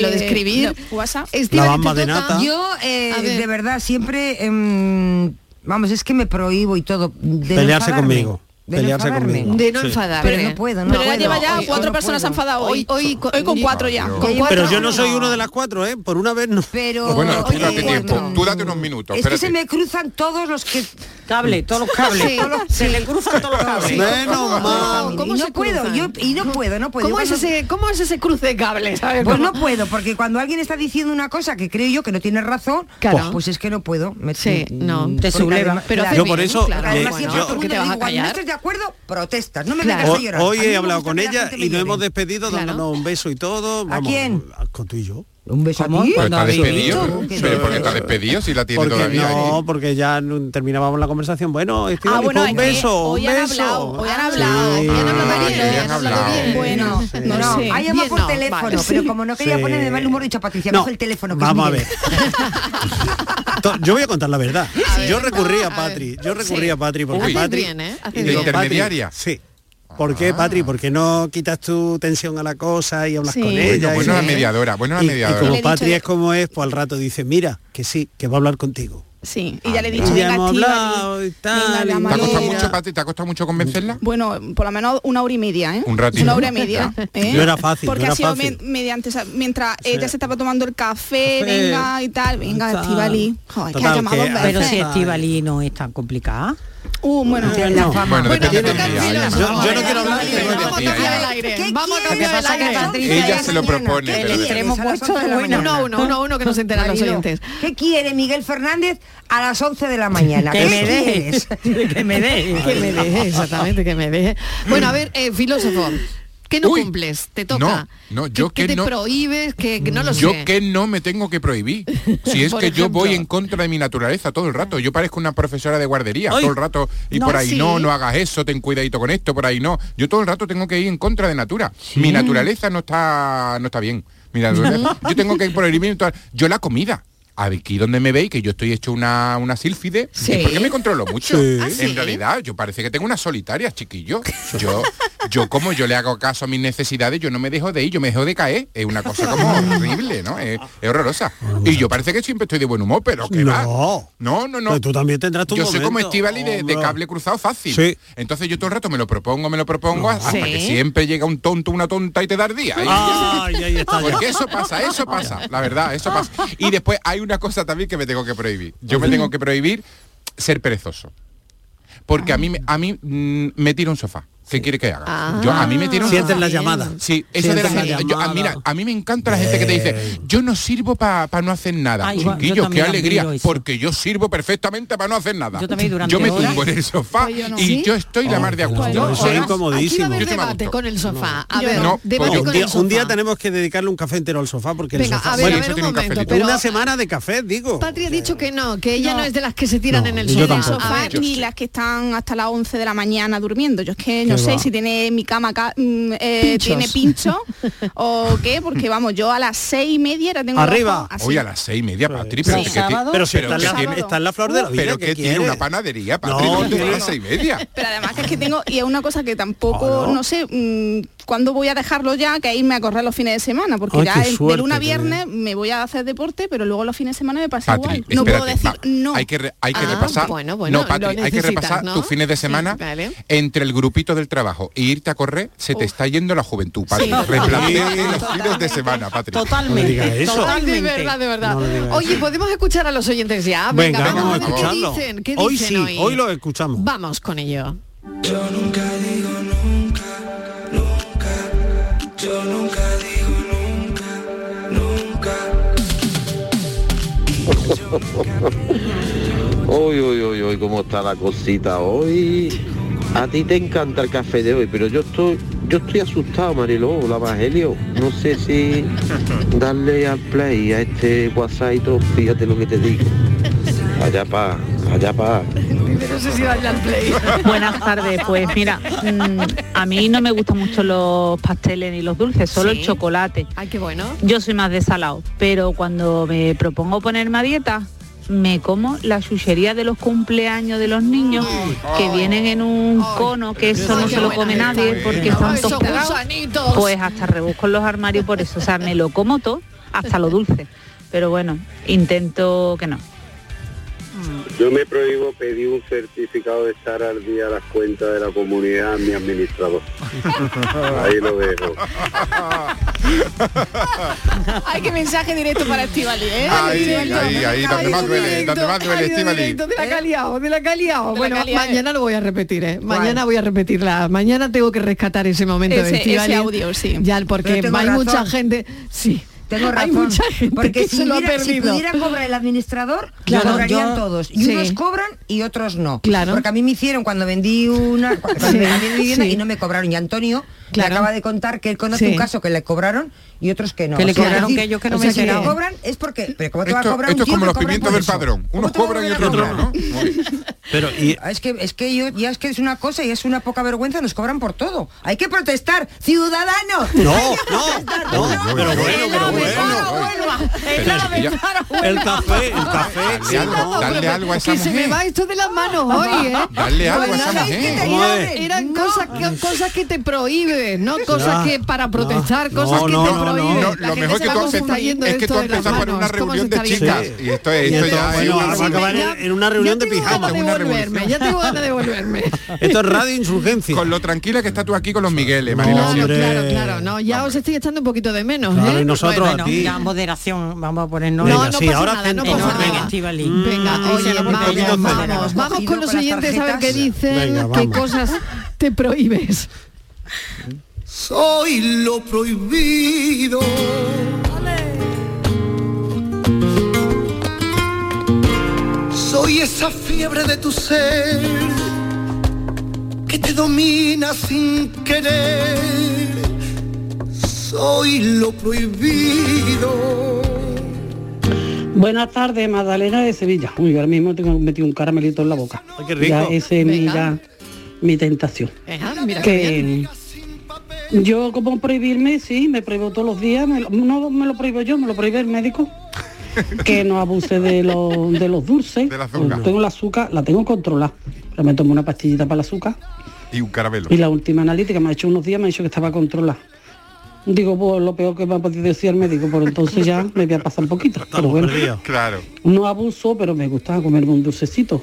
Speaker 4: lo de escribir.
Speaker 8: no, WhatsApp.
Speaker 4: Estíbaliz,
Speaker 6: La bamba
Speaker 4: ¿te
Speaker 6: de
Speaker 4: toca?
Speaker 6: nata.
Speaker 9: Yo, eh,
Speaker 4: A ver.
Speaker 9: de verdad, siempre, em, vamos, es que me prohíbo y todo. de
Speaker 6: Pelearse
Speaker 9: enfadarme.
Speaker 6: conmigo.
Speaker 9: De no
Speaker 6: pelearse
Speaker 9: enfadarme.
Speaker 6: conmigo.
Speaker 9: De no
Speaker 6: Sí.
Speaker 9: enfadarme. Pero no puedo, no
Speaker 8: Pero ya
Speaker 9: puedo.
Speaker 8: lleva ya
Speaker 9: Hoy-
Speaker 8: cuatro
Speaker 9: hoy no
Speaker 8: personas
Speaker 9: puedo.
Speaker 8: enfadadas hoy. Hoy, con cuatro ya.
Speaker 6: Pero yo no soy uno de las cuatro, ¿eh? Por una vez no.
Speaker 9: Pero
Speaker 7: Bueno, tú date tiempo, tú date unos minutos.
Speaker 9: Es que se
Speaker 7: espérate.
Speaker 9: me cruzan todos los que...
Speaker 11: Cables, todos los cables.
Speaker 9: Sí.
Speaker 11: todos los- Se le cruzan todos los cables.
Speaker 6: Menos mal.
Speaker 9: y no puedo, yo, y no puedo, no puedo.
Speaker 4: ¿Cómo
Speaker 9: Yo
Speaker 4: es,
Speaker 9: cuando-
Speaker 4: ese, ¿Cómo es ese cruce de cables? A ver,
Speaker 9: Pues
Speaker 4: ¿cómo?
Speaker 9: no puedo, porque cuando alguien está diciendo una cosa que creo yo que no tiene razón,
Speaker 4: Claro.
Speaker 9: pues es que no puedo. Me-
Speaker 4: Sí, no.
Speaker 9: porque
Speaker 11: Te subleva.
Speaker 9: además-
Speaker 4: Pero
Speaker 9: claro,
Speaker 4: hace
Speaker 6: Yo por
Speaker 4: bien,
Speaker 6: eso
Speaker 4: claro,
Speaker 6: le-
Speaker 9: además
Speaker 6: yo-
Speaker 9: siempre a todo el
Speaker 4: ¿Qué te vas
Speaker 9: mundo le
Speaker 4: a
Speaker 9: digo, cuando no
Speaker 4: callar?
Speaker 9: estés de acuerdo, protestas. No me
Speaker 4: Claro.
Speaker 9: vengas
Speaker 6: Ho-
Speaker 9: a llorar.
Speaker 6: Hoy
Speaker 9: A mí
Speaker 6: he
Speaker 9: me
Speaker 6: hablado
Speaker 9: gusta
Speaker 6: con
Speaker 9: que la
Speaker 6: ella
Speaker 9: gente me
Speaker 6: y nos
Speaker 9: llore.
Speaker 6: hemos despedido
Speaker 4: Claro.
Speaker 6: dándonos un beso y todo. Vamos,
Speaker 9: quién?
Speaker 6: Con tú y yo.
Speaker 9: Un beso a
Speaker 11: ¿Cómo?
Speaker 9: ti.
Speaker 7: Pero está
Speaker 11: No,
Speaker 7: despedido.
Speaker 9: digo,
Speaker 7: Pero
Speaker 9: no.
Speaker 7: porque está despedido si la tiene
Speaker 6: Porque
Speaker 7: todavía.
Speaker 6: no,
Speaker 7: ahí.
Speaker 6: porque ya no- terminábamos la conversación. Bueno, Estíbaliz,
Speaker 8: bueno,
Speaker 6: pues un
Speaker 8: es que
Speaker 6: beso,
Speaker 8: hoy
Speaker 6: un
Speaker 8: han
Speaker 6: beso. Ah,
Speaker 8: hablado, hoy han
Speaker 6: Sí.
Speaker 8: hablado, hoy
Speaker 4: han hablado
Speaker 7: Ah,
Speaker 4: bien,
Speaker 7: que
Speaker 4: hoy
Speaker 7: bien
Speaker 4: han hablado
Speaker 7: hablado.
Speaker 4: bien.
Speaker 8: Bueno, no,
Speaker 9: No,
Speaker 8: sé.
Speaker 9: ha llamado
Speaker 4: Bien,
Speaker 9: por
Speaker 4: no,
Speaker 9: teléfono,
Speaker 4: vale.
Speaker 9: pero como no quería
Speaker 6: Sí.
Speaker 9: ponerme de mal humor, he dicho Patricia,
Speaker 6: No,
Speaker 9: coge el teléfono. que es
Speaker 6: Vamos a
Speaker 9: Miguel.
Speaker 6: ver. To- Yo voy a contar la verdad.
Speaker 4: ver.
Speaker 6: Yo recurrí
Speaker 4: A
Speaker 6: a
Speaker 4: ver.
Speaker 6: Patri. Yo recurrí
Speaker 4: Sí.
Speaker 6: a Patri porque
Speaker 7: Haces
Speaker 6: Patri.
Speaker 4: bien, ¿eh? Haces
Speaker 6: y
Speaker 7: bien.
Speaker 6: digo,
Speaker 7: ¿De intermediaria? Ah.
Speaker 6: Patri, sí. ¿Por qué, Patri? Porque no quitas tu tensión a la cosa y hablas
Speaker 8: Sí.
Speaker 6: con
Speaker 8: Bueno,
Speaker 6: ella. y-
Speaker 7: bueno, la mediadora, bueno, la
Speaker 6: y-
Speaker 7: mediadora.
Speaker 6: Y
Speaker 7: Le
Speaker 6: como
Speaker 8: he
Speaker 6: Patri
Speaker 8: dicho-
Speaker 6: es como es, pues al rato dice, mira, que sí, que va a hablar contigo.
Speaker 8: Sí, y ya le he dicho,
Speaker 6: Ya
Speaker 8: venga,
Speaker 6: hemos
Speaker 8: Estíbaliz,
Speaker 6: hablado y tal,
Speaker 8: venga,
Speaker 6: y-
Speaker 8: la
Speaker 6: ¿Te
Speaker 7: ¿Te ha costado
Speaker 8: manera.
Speaker 7: mucho, Pati? ¿Te ha costado mucho convencerla?
Speaker 8: Bueno, por lo menos una hora y media, ¿eh?
Speaker 7: Un ratito.
Speaker 8: Una hora y media. ¿eh?
Speaker 6: No era fácil,
Speaker 8: Porque
Speaker 6: no era
Speaker 8: ha sido
Speaker 6: fácil.
Speaker 8: me- mediante, o sea, mientras
Speaker 6: Sí.
Speaker 8: ella se estaba tomando el café,
Speaker 6: Café.
Speaker 8: venga y tal, venga,
Speaker 6: Tal.
Speaker 8: Estivali. Joder, que ha
Speaker 6: Total,
Speaker 8: llamado
Speaker 6: que-
Speaker 8: dos
Speaker 11: Pero
Speaker 8: veces.
Speaker 11: si Estivali no es tan complicada.
Speaker 8: Uh, bueno,
Speaker 6: No.
Speaker 7: Bueno,
Speaker 4: Bueno,
Speaker 7: depende
Speaker 4: toca
Speaker 7: del
Speaker 4: el
Speaker 7: día. ¿eh?
Speaker 4: filo.
Speaker 7: ya, ya.
Speaker 6: Yo- yo no
Speaker 4: Vamos,
Speaker 6: quiero hablar de-
Speaker 4: vamos, vamos,
Speaker 7: de-
Speaker 4: vamos al
Speaker 7: de-
Speaker 4: aire.
Speaker 9: ¿Qué
Speaker 4: Vamos a
Speaker 9: quieres?
Speaker 4: cambiar el aire.
Speaker 9: Patricia
Speaker 7: Ella
Speaker 9: es
Speaker 7: se lo
Speaker 9: mañana,
Speaker 7: propone,
Speaker 9: que
Speaker 7: pero-
Speaker 11: Tenemos
Speaker 9: el viernes a las
Speaker 11: puesto
Speaker 9: 11 de la
Speaker 11: bueno.
Speaker 4: Uno
Speaker 9: mañana.
Speaker 4: a uno, uno a uno que nos enteran los
Speaker 9: Marilo,
Speaker 4: oyentes.
Speaker 9: ¿Qué quiere Miguel Fernández a las 11 de la mañana?
Speaker 11: Que
Speaker 9: ¿Qué
Speaker 11: me
Speaker 9: quieres?
Speaker 11: dejes. que me dejes.
Speaker 4: Que me deje, exactamente, que me deje. Bueno, a ver, eh, filósofo, ¿qué no
Speaker 7: Uy.
Speaker 4: cumples? ¿Te toca?
Speaker 7: No, no,
Speaker 4: ¿Qué-
Speaker 7: yo
Speaker 4: ¿Qué,
Speaker 7: que
Speaker 4: te
Speaker 7: no-
Speaker 4: prohíbes? Que, que no lo
Speaker 7: Yo
Speaker 4: sé.
Speaker 7: que no me tengo que prohibir. Si es
Speaker 4: Por
Speaker 7: que yo
Speaker 4: ejemplo.
Speaker 7: voy en contra de mi naturaleza todo el rato. Yo parezco una profesora de guardería
Speaker 6: Ay.
Speaker 7: todo el rato y
Speaker 4: No,
Speaker 7: por ahí
Speaker 4: sí.
Speaker 7: no, no hagas eso, ten cuidadito con esto, por ahí no. Yo todo el rato tengo que ir en contra de natura. Mi naturaleza no está no está bien. Mi naturaleza- yo tengo que prohibir toda- yo la comida. Aquí donde me veis, que yo estoy hecho una, una sílfide,
Speaker 4: Sí.
Speaker 7: ¿y ¿por qué me controlo mucho?
Speaker 6: Sí.
Speaker 4: ¿Ah, sí?
Speaker 7: En realidad, yo parece que tengo una solitaria, chiquillo. Yo, yo como yo le hago caso a mis necesidades, yo no me dejo de ir, yo me dejo de caer. Es una cosa como horrible, ¿no? Es, es horrorosa. Y yo parece que siempre estoy de buen humor, pero que va.
Speaker 6: No.
Speaker 7: No, no, no.
Speaker 6: Pero tú también tendrás tu
Speaker 7: Yo soy como
Speaker 6: momento,
Speaker 7: Estivali de, de
Speaker 6: hombre.
Speaker 7: cable cruzado fácil.
Speaker 6: Sí.
Speaker 7: Entonces yo todo el rato me lo propongo, me lo propongo, hasta
Speaker 4: Sí.
Speaker 7: que siempre llega un tonto, una tonta y te da el día. Y-
Speaker 6: Ay, ahí está ya.
Speaker 7: porque eso pasa, eso pasa, la verdad, eso pasa. Y después hay una cosa también que me tengo que prohibir. Yo me tengo que prohibir ser perezoso. Porque a mí, me- a mí mm, me tira un sofá. ¿Qué quiere que haga?
Speaker 4: Ah.
Speaker 7: Yo a mí me tira un
Speaker 6: Sientes
Speaker 7: sofá.
Speaker 6: la llamada.
Speaker 7: Sí, eso de la
Speaker 6: Sientes
Speaker 7: gente. yo- ah, mira,
Speaker 6: llamada.
Speaker 7: a mí me encanta la gente que te dice, yo no sirvo para no hacer nada.
Speaker 11: Ay, igual, yo
Speaker 7: Chiquillos, qué
Speaker 11: también
Speaker 7: alegría.
Speaker 11: admiro eso.
Speaker 7: Porque yo sirvo perfectamente para no hacer nada.
Speaker 11: Yo también durante
Speaker 7: me
Speaker 11: horas.
Speaker 7: tumbo en el sofá
Speaker 4: Pues yo no.
Speaker 7: y
Speaker 4: ¿Sí?
Speaker 7: yo estoy la mar de a
Speaker 6: Ay,
Speaker 7: gusto.
Speaker 6: Ah, Oh, pues no, eso es
Speaker 7: Horas.
Speaker 4: Aquí va a
Speaker 6: incomodísimo.
Speaker 4: haber
Speaker 7: Yo te me
Speaker 4: debate
Speaker 7: gusto.
Speaker 4: con el sofá. A
Speaker 8: Yo
Speaker 4: ver,
Speaker 7: no. pues
Speaker 4: debate
Speaker 7: Oye,
Speaker 6: Un
Speaker 4: con
Speaker 6: día,
Speaker 4: el sofá.
Speaker 6: un día tenemos que dedicarle un café entero al sofá porque
Speaker 4: Venga,
Speaker 6: el sofá
Speaker 4: a ver,
Speaker 7: Bueno,
Speaker 4: a
Speaker 7: eso
Speaker 4: ver un
Speaker 7: tiene un
Speaker 4: momento.
Speaker 7: cafelito.
Speaker 4: Pero
Speaker 6: una semana de café, digo.
Speaker 4: Patria ha dicho que no, que ella no,
Speaker 8: No.
Speaker 4: es de las que se tiran
Speaker 6: No,
Speaker 4: en el
Speaker 6: yo
Speaker 8: ni
Speaker 4: sofá.
Speaker 8: del
Speaker 6: tampoco.
Speaker 4: A
Speaker 8: sofá
Speaker 4: ver,
Speaker 8: ni las que están hasta las 11 de la mañana durmiendo. Yo es que no
Speaker 6: Qué
Speaker 8: sé
Speaker 6: va.
Speaker 8: si tiene mi cama acá, mm, eh,
Speaker 4: Pinchos.
Speaker 8: tiene pincho o qué, porque vamos, yo a las seis y media la tengo
Speaker 6: Arriba.
Speaker 8: abajo, así.
Speaker 7: Hoy a las seis y media, Patri, pero
Speaker 11: Sí.
Speaker 7: que ti-
Speaker 11: Sábado.
Speaker 6: Pero si
Speaker 7: pero
Speaker 6: está, en
Speaker 7: que
Speaker 6: la,
Speaker 7: tiene-
Speaker 6: está en la flor de la vida.
Speaker 7: Pero que
Speaker 6: ¿qué
Speaker 7: tiene
Speaker 6: quieres?
Speaker 7: una panadería, Patri,
Speaker 6: No,
Speaker 7: ¿dónde
Speaker 6: tiene-
Speaker 7: vas a las seis y media?
Speaker 8: Pero además que es que tengo, y es una cosa que tampoco,
Speaker 6: Ah, ¿no?
Speaker 8: no, sé, mm, cuándo voy a dejarlo ya, que irme a correr los fines de semana, porque
Speaker 6: Ay,
Speaker 8: ya
Speaker 6: qué
Speaker 8: el- de
Speaker 6: suerte,
Speaker 8: luna a
Speaker 6: qué bien.
Speaker 8: viernes me voy a hacer deporte, pero luego los fines de semana me pasa
Speaker 7: Patri,
Speaker 8: igual. No puedo
Speaker 7: espérate,
Speaker 8: decir
Speaker 7: va,
Speaker 8: no.
Speaker 7: Hay que, re- hay que
Speaker 4: Ah,
Speaker 7: repasar.
Speaker 4: bueno, bueno,
Speaker 7: no, Patri,
Speaker 4: lo
Speaker 7: hay que
Speaker 4: necesitas,
Speaker 7: repasar
Speaker 4: ¿no?
Speaker 7: tus fines de semana
Speaker 4: Sí, vale.
Speaker 7: entre el grupito del trabajo e irte a correr, se te está yendo la juventud, Patri. Replantéate los fines de semana, Patri.
Speaker 6: No diga
Speaker 11: Totalmente.
Speaker 6: eso.
Speaker 4: Ay, de
Speaker 11: Totalmente.
Speaker 4: verdad, de verdad.
Speaker 6: No le digas
Speaker 4: Oye, podemos escuchar a los oyentes ya. Venga,
Speaker 6: Venga,
Speaker 4: vamos,
Speaker 6: vamos a
Speaker 4: a ver qué
Speaker 6: escucharlo.
Speaker 4: dicen. ¿Qué
Speaker 6: Hoy
Speaker 4: dicen
Speaker 6: sí, hoy lo pues, escuchamos.
Speaker 4: Vamos con ello.
Speaker 12: Hoy, hoy, hoy, hoy, cómo está la cosita hoy. A ti te encanta el café de hoy, pero yo estoy, yo estoy asustado, Mariló, la Evangelio. No sé si darle al play a este WhatsApp y todo. Fíjate lo que te digo. Allá pa, allá pa.
Speaker 4: No sé si darle al play.
Speaker 13: Buenas tardes, pues mira, mm, a mí no me gustan mucho los pasteles ni los dulces, solo
Speaker 4: Sí.
Speaker 13: el chocolate.
Speaker 4: Ay, qué bueno.
Speaker 13: Yo soy más de salado, pero cuando me propongo ponerme a dieta, me como la chuchería de los cumpleaños de los niños que vienen en un
Speaker 4: Ay.
Speaker 13: cono, que eso
Speaker 4: Ay,
Speaker 13: no
Speaker 4: qué
Speaker 13: se lo
Speaker 4: buena
Speaker 13: come
Speaker 4: idea.
Speaker 13: nadie porque
Speaker 4: Ay,
Speaker 13: están
Speaker 4: esos
Speaker 13: tostados.
Speaker 4: gusanitos.
Speaker 13: Pues hasta rebusco en los armarios por eso, o sea, me lo como todo, hasta lo dulce. Pero bueno, intento que no.
Speaker 14: Yo me prohíbo pedir un certificado de estar al día las cuentas de la comunidad a mi administrador.
Speaker 6: Ah.
Speaker 14: Ahí lo dejo.
Speaker 2: Ay, qué mensaje directo para Estivali, ¿eh?
Speaker 7: Ahí, ahí, ahí, donde más duele, donde más duele,
Speaker 4: Ay, Dios
Speaker 7: Estivali.
Speaker 4: directo, De la caliao, de la caliao.
Speaker 2: De la
Speaker 4: bueno,
Speaker 2: caliao,
Speaker 4: mañana lo voy a repetir, ¿eh? Mañana voy a repetirla. Mañana tengo que rescatar ese momento
Speaker 2: Ese-
Speaker 4: de
Speaker 2: ese
Speaker 4: Estivali.
Speaker 2: audio, sí.
Speaker 4: Ya, porque hay
Speaker 2: Pero tengo razón.
Speaker 4: mucha gente. Sí.
Speaker 9: Tengo razón.
Speaker 4: Hay mucha gente
Speaker 9: porque
Speaker 4: que
Speaker 9: si,
Speaker 4: se lo ha
Speaker 9: hubiera- si
Speaker 4: perdido.
Speaker 9: pudiera cobrar el administrador,
Speaker 4: Claro,
Speaker 9: lo cobrarían
Speaker 4: yo-
Speaker 9: todos. Y
Speaker 4: sí.
Speaker 9: unos cobran y otros no.
Speaker 4: Claro.
Speaker 9: Porque a mí me hicieron cuando vendí una cuando
Speaker 4: Sí,
Speaker 9: vendí mi vivienda
Speaker 4: sí.
Speaker 9: y no me cobraron. Y Antonio
Speaker 4: Claro.
Speaker 9: me acaba de contar que él conoce
Speaker 4: Sí.
Speaker 9: un caso que le cobraron y otros que no.
Speaker 4: Que le
Speaker 9: O sea,
Speaker 4: cobraron
Speaker 9: es
Speaker 4: que yo que no
Speaker 9: o
Speaker 4: me
Speaker 9: sea,
Speaker 4: he
Speaker 9: si
Speaker 4: enterado.
Speaker 9: te cobran es porque... Pero ¿cómo te va a
Speaker 7: Esto,
Speaker 9: cobrar un
Speaker 7: esto es
Speaker 9: tío
Speaker 7: como
Speaker 9: que
Speaker 7: los
Speaker 9: cobra
Speaker 7: pimientos
Speaker 9: por
Speaker 7: del
Speaker 9: eso?
Speaker 7: padrón. Unos cobran y otros no, ¿no?
Speaker 6: Pero y
Speaker 9: Ah, Es que, es que yo, ya es que es una cosa y es una poca vergüenza, nos cobran por todo. Hay que protestar, ciudadanos.
Speaker 6: No, no, no, pero bueno, pero bueno. El café, el café.
Speaker 7: Dale algo, dale algo a esa
Speaker 4: que se me
Speaker 7: mujer.
Speaker 4: va esto de las manos hoy, ¿eh?
Speaker 7: Dale algo a
Speaker 4: Pues
Speaker 7: esa
Speaker 4: nada,
Speaker 7: mujer.
Speaker 4: es que te-
Speaker 7: ¿Cómo
Speaker 4: eran-
Speaker 7: es?
Speaker 4: Eran cosas, que, cosas que te prohíben, no cosas
Speaker 6: Ah.
Speaker 7: No,
Speaker 4: que para protestar,
Speaker 7: no,
Speaker 4: cosas que
Speaker 7: no,
Speaker 4: te
Speaker 7: no, no.
Speaker 4: prohíben.
Speaker 7: No,
Speaker 4: La
Speaker 7: lo
Speaker 4: gente
Speaker 7: mejor
Speaker 4: se
Speaker 7: que
Speaker 4: va
Speaker 7: tú has
Speaker 4: como
Speaker 7: pensado-
Speaker 4: yendo
Speaker 7: es que
Speaker 4: esto
Speaker 7: tú has
Speaker 4: de las
Speaker 7: pensado en una
Speaker 4: manos, ¿cómo
Speaker 7: reunión
Speaker 4: se
Speaker 7: de
Speaker 4: está viendo?
Speaker 7: chicas. Y esto es- esto ya es una
Speaker 6: bueno, ahora va a acabar
Speaker 7: revolución.
Speaker 6: en, en una reunión de pijama.
Speaker 4: de devolverme, ya tengo ganas de devolverme.
Speaker 6: Esto es radio insurgencia.
Speaker 7: Con lo tranquila que estás tú aquí con los Migueles, Mariló.
Speaker 6: hombre.
Speaker 4: Claro, claro, no, ya os estoy echando un poquito de menos,
Speaker 6: Claro,
Speaker 4: ¿eh?
Speaker 6: y nosotros
Speaker 4: Bueno,
Speaker 6: a ti.
Speaker 11: Ya, moderación, vamos a ponernos.
Speaker 4: No, no pasa nada, no pasa nada.
Speaker 6: Mm.
Speaker 4: Venga, oye, vamos, vamos, vamos con los oyentes a ver qué dicen,
Speaker 10: Venga,
Speaker 4: qué
Speaker 10: vamos.
Speaker 4: cosas te prohíbes.
Speaker 10: Soy lo prohibido. Soy esa fiebre de tu ser que te domina sin querer. Soy lo prohibido.
Speaker 15: Buenas tardes, Magdalena de Sevilla. Uy, ahora mismo tengo metido un caramelito en la boca.
Speaker 6: qué rico.
Speaker 15: Ya, ese es mi, ya, mi tentación.
Speaker 4: Ajá, mira qué
Speaker 15: que yo como prohibirme, sí, me prohíbo todos los días. me lo- no me lo prohíbo yo, me lo prohíbe el médico. que no abuse de, los de los dulces. Pues, tengo el azúcar, la tengo controlada. Pero me tomo una pastillita para el azúcar.
Speaker 7: Y un caramelo.
Speaker 15: Y la última analítica me ha hecho unos días, me ha dicho que estaba controlada. Digo, pues lo peor que me ha podido decir el médico, por entonces ya me voy a pasar un poquito. Pero bueno,
Speaker 7: Claro.
Speaker 15: no abuso, pero me gustaba comerme un dulcecito.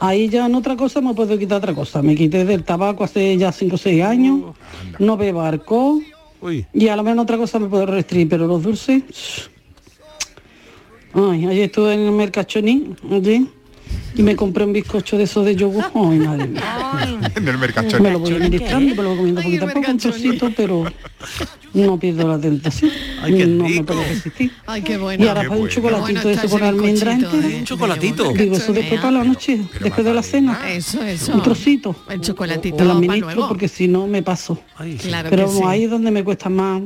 Speaker 15: Ahí ya en otra cosa me puedo quitar otra cosa. Me quité del tabaco hace ya 5 o 6 años, no bebo alcohol
Speaker 6: Uy.
Speaker 15: y a lo menos otra cosa me puedo restringir, pero los dulces... Ay, ayer estuve en el Mercachoní, allí, y me compré un bizcocho de esos de yogur. Ay, madre mía.
Speaker 7: En el mercachón.
Speaker 15: Me lo voy administrando, me lo voy comiendo poquito a poco, un trocito, pero no pierdo la tentación. no me puedo resistir.
Speaker 4: Ay, qué bueno.
Speaker 15: Y ahora para un chocolatito de ese con almendra
Speaker 4: ¿eh?
Speaker 6: Un chocolatito.
Speaker 15: Digo, eso después para la noche, después de la cena.
Speaker 4: Eso, eso.
Speaker 15: Un trocito.
Speaker 4: El chocolatito
Speaker 15: Te lo
Speaker 4: pa'
Speaker 15: administro
Speaker 4: luego.
Speaker 15: porque si no me paso.
Speaker 4: Claro
Speaker 15: Pero
Speaker 4: que sí.
Speaker 15: ahí es donde me cuesta más.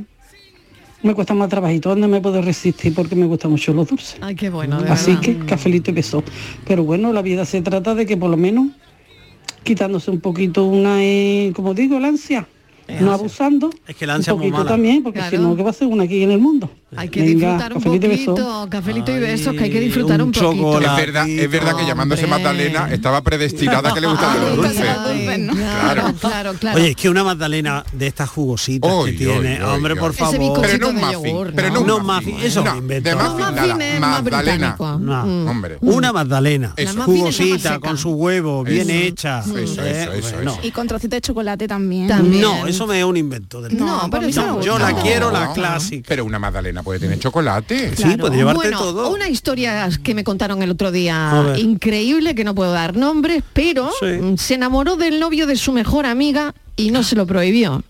Speaker 15: Me cuesta más trabajito, donde me puedo resistir porque me gustan mucho los dulces.
Speaker 4: Ay, qué Ah, bueno, de
Speaker 15: Así
Speaker 4: verdad.
Speaker 15: que cafelito y beso. Pero bueno, la vida se trata de que por lo menos quitándose un poquito una, eh, como digo, la ansia. No abusando.
Speaker 6: Es que la ansia es
Speaker 15: un
Speaker 6: muy
Speaker 15: poquito
Speaker 6: mala.
Speaker 15: también, porque si
Speaker 6: Claro.
Speaker 15: no, ¿qué va a hacer una aquí en el mundo?
Speaker 4: Hay que
Speaker 15: Venga,
Speaker 4: disfrutar un
Speaker 15: cafelito y beso.
Speaker 4: poquito, cafelito y besos, que hay que disfrutar un, poquito.
Speaker 7: Es verdad, es verdad que llamándose Magdalena estaba predestinada a que le gustaban los dulces.
Speaker 4: Claro, claro, claro.
Speaker 6: Oye, es que una magdalena de estas jugositas que tiene, hombre, por
Speaker 4: Ese
Speaker 6: favor.
Speaker 4: bizcochito Pero no un de muffin, yogur, pero no un
Speaker 6: muffin, eso
Speaker 7: No,
Speaker 6: me invento.
Speaker 7: de muffin Un nada, muffin es más magdalena. británico. Mm.
Speaker 6: No, Ah, hombre. Una magdalena,
Speaker 7: Eso. La muffin es la más
Speaker 6: jugosita,
Speaker 7: seca.
Speaker 6: con su huevo, bien
Speaker 7: Eso,
Speaker 6: hecha.
Speaker 7: eso, eso,
Speaker 6: Eh,
Speaker 7: eso,
Speaker 6: bueno,
Speaker 2: Y con trocitos de chocolate también.
Speaker 6: No, eso me es un invento del
Speaker 2: No,
Speaker 6: todo.
Speaker 2: pero eso no
Speaker 6: yo
Speaker 2: gusta.
Speaker 6: la quiero la
Speaker 7: No,
Speaker 6: clásica.
Speaker 7: Pero una magdalena puede tener chocolate.
Speaker 6: Sí, puede llevarte
Speaker 4: bueno,
Speaker 6: todo.
Speaker 4: una historia que me contaron el otro
Speaker 7: A
Speaker 4: día
Speaker 7: ver.
Speaker 4: increíble, que no puedo dar nombres, pero mm, se enamoró del novio de su mejor amiga y no se lo prohibió.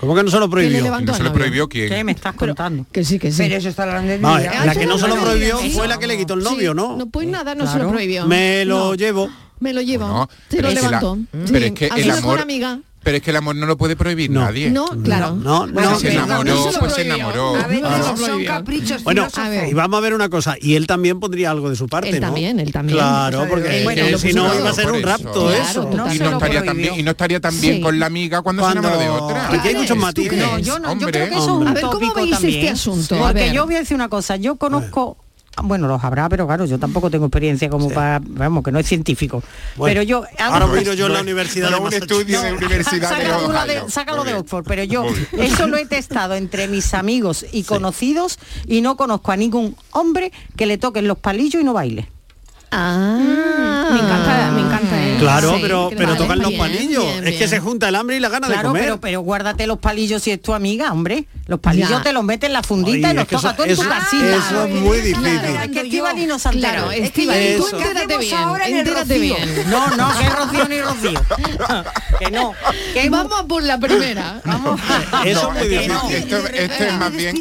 Speaker 6: ¿Cómo que no se lo
Speaker 4: Que le
Speaker 6: prohibió?
Speaker 4: levantó No se al lo novio. prohibió quién.
Speaker 11: ¿Qué me estás contando?
Speaker 4: Que sí, que sí.
Speaker 9: Pero eso está la grande
Speaker 6: Vamos,
Speaker 4: Ah,
Speaker 6: la
Speaker 4: eso
Speaker 6: que no
Speaker 4: es
Speaker 6: se lo
Speaker 4: una
Speaker 6: prohibió
Speaker 4: maravilla,
Speaker 6: fue
Speaker 4: ¿no?
Speaker 6: la que le quitó el
Speaker 4: Sí,
Speaker 6: novio, ¿no?
Speaker 4: pues nada, no se lo
Speaker 6: Claro.
Speaker 4: prohibió.
Speaker 6: Me lo
Speaker 4: No,
Speaker 6: llevo.
Speaker 4: Me lo llevo.
Speaker 7: No,
Speaker 4: se
Speaker 7: pero
Speaker 4: lo
Speaker 7: es que la-
Speaker 4: levantó.
Speaker 7: pero es que
Speaker 4: a
Speaker 7: el
Speaker 4: su mejor
Speaker 7: amor-
Speaker 4: amiga.
Speaker 7: Pero es que el amor no lo puede prohibir nadie.
Speaker 4: No, claro.
Speaker 6: No,
Speaker 7: Pues
Speaker 6: no,
Speaker 7: se
Speaker 6: no,
Speaker 7: enamoró,
Speaker 6: no se lo
Speaker 7: pues se
Speaker 6: prohibió.
Speaker 7: enamoró.
Speaker 6: A veces
Speaker 7: Ah.
Speaker 9: Son caprichos
Speaker 6: Bueno,
Speaker 9: filósofos.
Speaker 6: y vamos a ver una cosa, y él también pondría algo de su parte,
Speaker 4: Él
Speaker 6: ¿no?
Speaker 4: también, él también. O
Speaker 6: Claro,
Speaker 4: sea,
Speaker 6: porque
Speaker 4: bueno,
Speaker 6: es que
Speaker 4: lo
Speaker 6: si
Speaker 7: pues
Speaker 4: puso
Speaker 6: no
Speaker 4: todo
Speaker 6: iba a ser
Speaker 4: por
Speaker 6: un
Speaker 4: eso.
Speaker 6: rapto
Speaker 4: Claro,
Speaker 6: eso.
Speaker 7: Y no estaría tan bien, y no estaría tan bien
Speaker 4: Sí.
Speaker 7: con la amiga cuando,
Speaker 6: Cuando-
Speaker 7: se enamora de otra.
Speaker 6: Aquí hay muchos matices.
Speaker 7: No,
Speaker 11: yo no, yo creo que eso es un
Speaker 4: hombre. A ver, ¿cómo
Speaker 11: tópico
Speaker 4: veis
Speaker 11: también.
Speaker 4: este asunto? A
Speaker 11: Porque
Speaker 4: ver.
Speaker 11: yo voy a decir una cosa, yo conozco, bueno, los habrá, pero claro, yo tampoco tengo experiencia como para, vamos, que no es científico.
Speaker 6: Bueno,
Speaker 11: pero yo
Speaker 6: ahora miro yo en la universidad de
Speaker 7: un
Speaker 6: Massachusetts.
Speaker 7: estudio de universidad de
Speaker 11: sácalo, de una de-
Speaker 7: Ohio.
Speaker 11: sácalo
Speaker 7: Muy
Speaker 11: de
Speaker 7: bien.
Speaker 11: Oxford, pero yo
Speaker 7: Muy bien.
Speaker 11: eso lo he testado entre mis amigos y conocidos y no conozco a ningún hombre que le toquen los palillos y no baile. Mm,
Speaker 8: Me encanta, me encanta. ¿eh?
Speaker 6: Claro,
Speaker 8: Sí,
Speaker 6: pero,
Speaker 8: creo-
Speaker 6: pero
Speaker 8: vale,
Speaker 6: tocan los
Speaker 8: bien,
Speaker 6: palillos.
Speaker 8: bien,
Speaker 6: Es
Speaker 8: bien.
Speaker 6: que se junta el hambre y la gana
Speaker 11: Claro,
Speaker 6: de comer.
Speaker 11: Pero, pero guárdate los palillos si es tu amiga, hombre. Los palillos te los metes en la fundita
Speaker 6: Ay,
Speaker 11: y los
Speaker 6: es que
Speaker 11: tocas
Speaker 6: eso-
Speaker 11: tú en tu
Speaker 6: eso-
Speaker 11: casita.
Speaker 6: eso es muy difícil.
Speaker 11: Es que Estivali no salta.
Speaker 4: Claro, Estivali, tú entérate bien, entérate bien.
Speaker 11: No, no, que Rocío ni Rocío. que no. Que
Speaker 4: Vamos por la primera. Eh, Vamos.
Speaker 7: Eso es muy difícil. Esto, esto es más bien.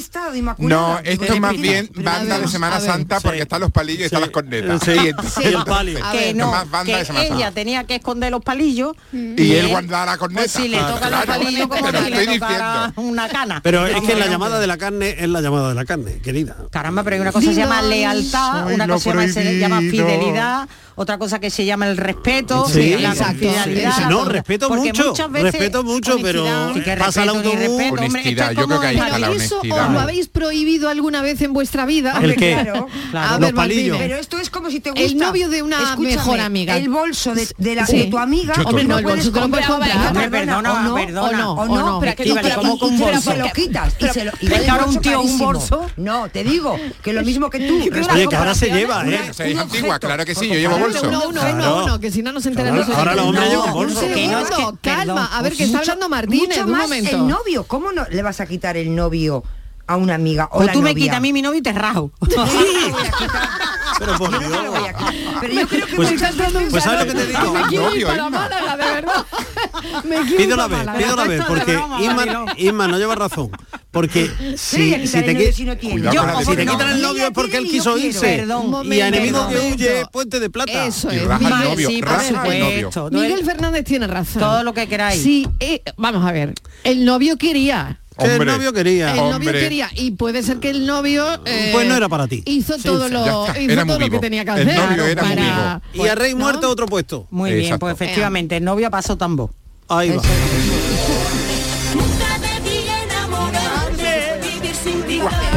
Speaker 7: No, esto es más bien banda de Semana Santa porque están los palillos y están las cornetas.
Speaker 6: Sí.
Speaker 7: Y entonces-
Speaker 6: Sí, el palio.
Speaker 7: entonces,
Speaker 11: que
Speaker 7: esto
Speaker 11: no,
Speaker 7: es más banda
Speaker 11: que
Speaker 7: de Semana
Speaker 11: ella
Speaker 7: Santa.
Speaker 11: tenía que esconder los palillos
Speaker 7: Y él guardaba la corneta.
Speaker 11: Pues si
Speaker 6: Ah,
Speaker 11: le
Speaker 7: Claro,
Speaker 11: tocan los
Speaker 7: claro.
Speaker 11: palillos como
Speaker 7: Te lo
Speaker 11: si le
Speaker 7: estoy
Speaker 11: tocara una cana.
Speaker 6: Pero es que la
Speaker 11: Vamos,
Speaker 6: llamada de la carne es la llamada de la carne, querida.
Speaker 11: Caramba, pero hay una cosa que se llama lealtad, una cosa que se llama fidelidad, otra cosa que se llama el respeto,
Speaker 6: Sí,
Speaker 11: la
Speaker 6: exacto,
Speaker 11: confidencialidad,
Speaker 6: sí, sí.
Speaker 11: la
Speaker 6: No,
Speaker 11: con-
Speaker 6: respeto
Speaker 11: porque
Speaker 6: mucho,
Speaker 11: muchas veces
Speaker 6: respeto mucho, pero
Speaker 11: honestidad- Sí, que
Speaker 6: pasa el
Speaker 11: respeto ni
Speaker 6: autobús.
Speaker 11: respeto, hombre,
Speaker 7: Honestidad,
Speaker 11: esto
Speaker 7: yo
Speaker 11: es
Speaker 7: creo que ahí
Speaker 11: como-
Speaker 7: está la
Speaker 4: Pero eso os lo
Speaker 7: honestidad.
Speaker 4: habéis prohibido alguna vez en vuestra vida.
Speaker 7: ¿El qué?
Speaker 9: Claro.
Speaker 7: Claro.
Speaker 4: A
Speaker 7: Los
Speaker 4: ver, Martínez.
Speaker 7: palillos.
Speaker 9: Pero esto es como si te gusta.
Speaker 4: El novio de una
Speaker 9: Escúchame,
Speaker 4: mejor amiga.
Speaker 9: El bolso de, de la,
Speaker 4: Sí.
Speaker 9: de tu amiga.
Speaker 4: Yo Hombre, no, el bolso te lo puedes comprar.
Speaker 9: Hombre,
Speaker 11: Perdona,
Speaker 9: o no,
Speaker 11: perdona.
Speaker 9: O no,
Speaker 11: O no,
Speaker 9: pero
Speaker 11: es
Speaker 9: que
Speaker 11: que
Speaker 9: tú
Speaker 11: vale,
Speaker 9: te lo-
Speaker 11: como que un
Speaker 9: pero
Speaker 11: bolso.
Speaker 9: se lo quitas. Y
Speaker 11: Pero-
Speaker 9: se lo, y
Speaker 11: ¿Vende
Speaker 9: vende
Speaker 11: ahora un tío un
Speaker 9: carísimo.
Speaker 11: bolso?
Speaker 9: No, te digo, que lo mismo que tú.
Speaker 6: Oye, que ahora se lleva, ¿eh?
Speaker 7: Se dice antigua, claro que sí, yo llevo bolso.
Speaker 4: Uno, uno, uno,
Speaker 6: Claro.
Speaker 4: uno, que si no nos enteramos.
Speaker 6: Ahora- ahora los hombres llevan bolso.
Speaker 4: Un
Speaker 9: Que no,
Speaker 4: segundo,
Speaker 9: es que-
Speaker 4: calma,
Speaker 9: perdón,
Speaker 4: a ver, que
Speaker 9: pues
Speaker 4: está
Speaker 9: mucho-
Speaker 4: hablando Martínez,
Speaker 9: mucho
Speaker 4: un
Speaker 9: más
Speaker 4: momento.
Speaker 9: el novio. ¿Cómo no le vas a quitar el novio a una amiga? O,
Speaker 11: O
Speaker 9: la
Speaker 11: Pues tú me
Speaker 9: novia?
Speaker 11: quitas a mí mi novio y te rajo.
Speaker 6: Pero por Dios.
Speaker 9: Pero yo creo que
Speaker 6: Pues-
Speaker 9: muchas veces-
Speaker 6: pues ¿sabes lo que te digo?
Speaker 4: Me quiero ir
Speaker 6: Novio,
Speaker 4: para
Speaker 6: Inma.
Speaker 4: Málaga, de verdad. Me quiero ir
Speaker 6: Pido
Speaker 4: para
Speaker 6: la vez,
Speaker 4: Málaga.
Speaker 6: pido la vez, porque Inma, Inma no lleva razón. Porque
Speaker 9: voy a
Speaker 6: si,
Speaker 9: quitar
Speaker 6: si
Speaker 9: el
Speaker 6: te,
Speaker 9: novio
Speaker 6: qui-
Speaker 9: si no tiene.
Speaker 6: Cuidado
Speaker 9: Yo,
Speaker 6: con la
Speaker 9: como
Speaker 6: si te
Speaker 9: no.
Speaker 6: quitan el
Speaker 9: Ella
Speaker 6: novio es porque él quiso
Speaker 9: quiero.
Speaker 6: irse.
Speaker 9: Perdón,
Speaker 6: y
Speaker 4: momento,
Speaker 6: a enemigos que
Speaker 4: momento.
Speaker 6: huye, puente de plata.
Speaker 4: Eso
Speaker 6: Y
Speaker 4: es.
Speaker 6: raja el
Speaker 4: Miguel-
Speaker 6: novio,
Speaker 4: sí,
Speaker 6: raja
Speaker 4: por
Speaker 6: el novio.
Speaker 4: supuesto. eh, Miguel Fernández tiene razón.
Speaker 11: Todo lo que queráis.
Speaker 4: Sí, eh, vamos a ver. El novio quería.
Speaker 6: Que el novio quería.
Speaker 4: El novio quería y puede ser que el novio eh,
Speaker 6: Pues no era para ti.
Speaker 4: Hizo
Speaker 6: Sí,
Speaker 4: todo
Speaker 6: sí.
Speaker 4: lo,
Speaker 6: Ya está,
Speaker 4: hizo
Speaker 6: era muy
Speaker 4: todo lo que
Speaker 6: vivo.
Speaker 4: tenía que
Speaker 6: El
Speaker 4: hacer.
Speaker 6: novio era muy
Speaker 4: para-
Speaker 6: Y a rey muerto otro puesto.
Speaker 11: Muy bien, pues efectivamente, el novio pasó tambor.
Speaker 6: Ahí va.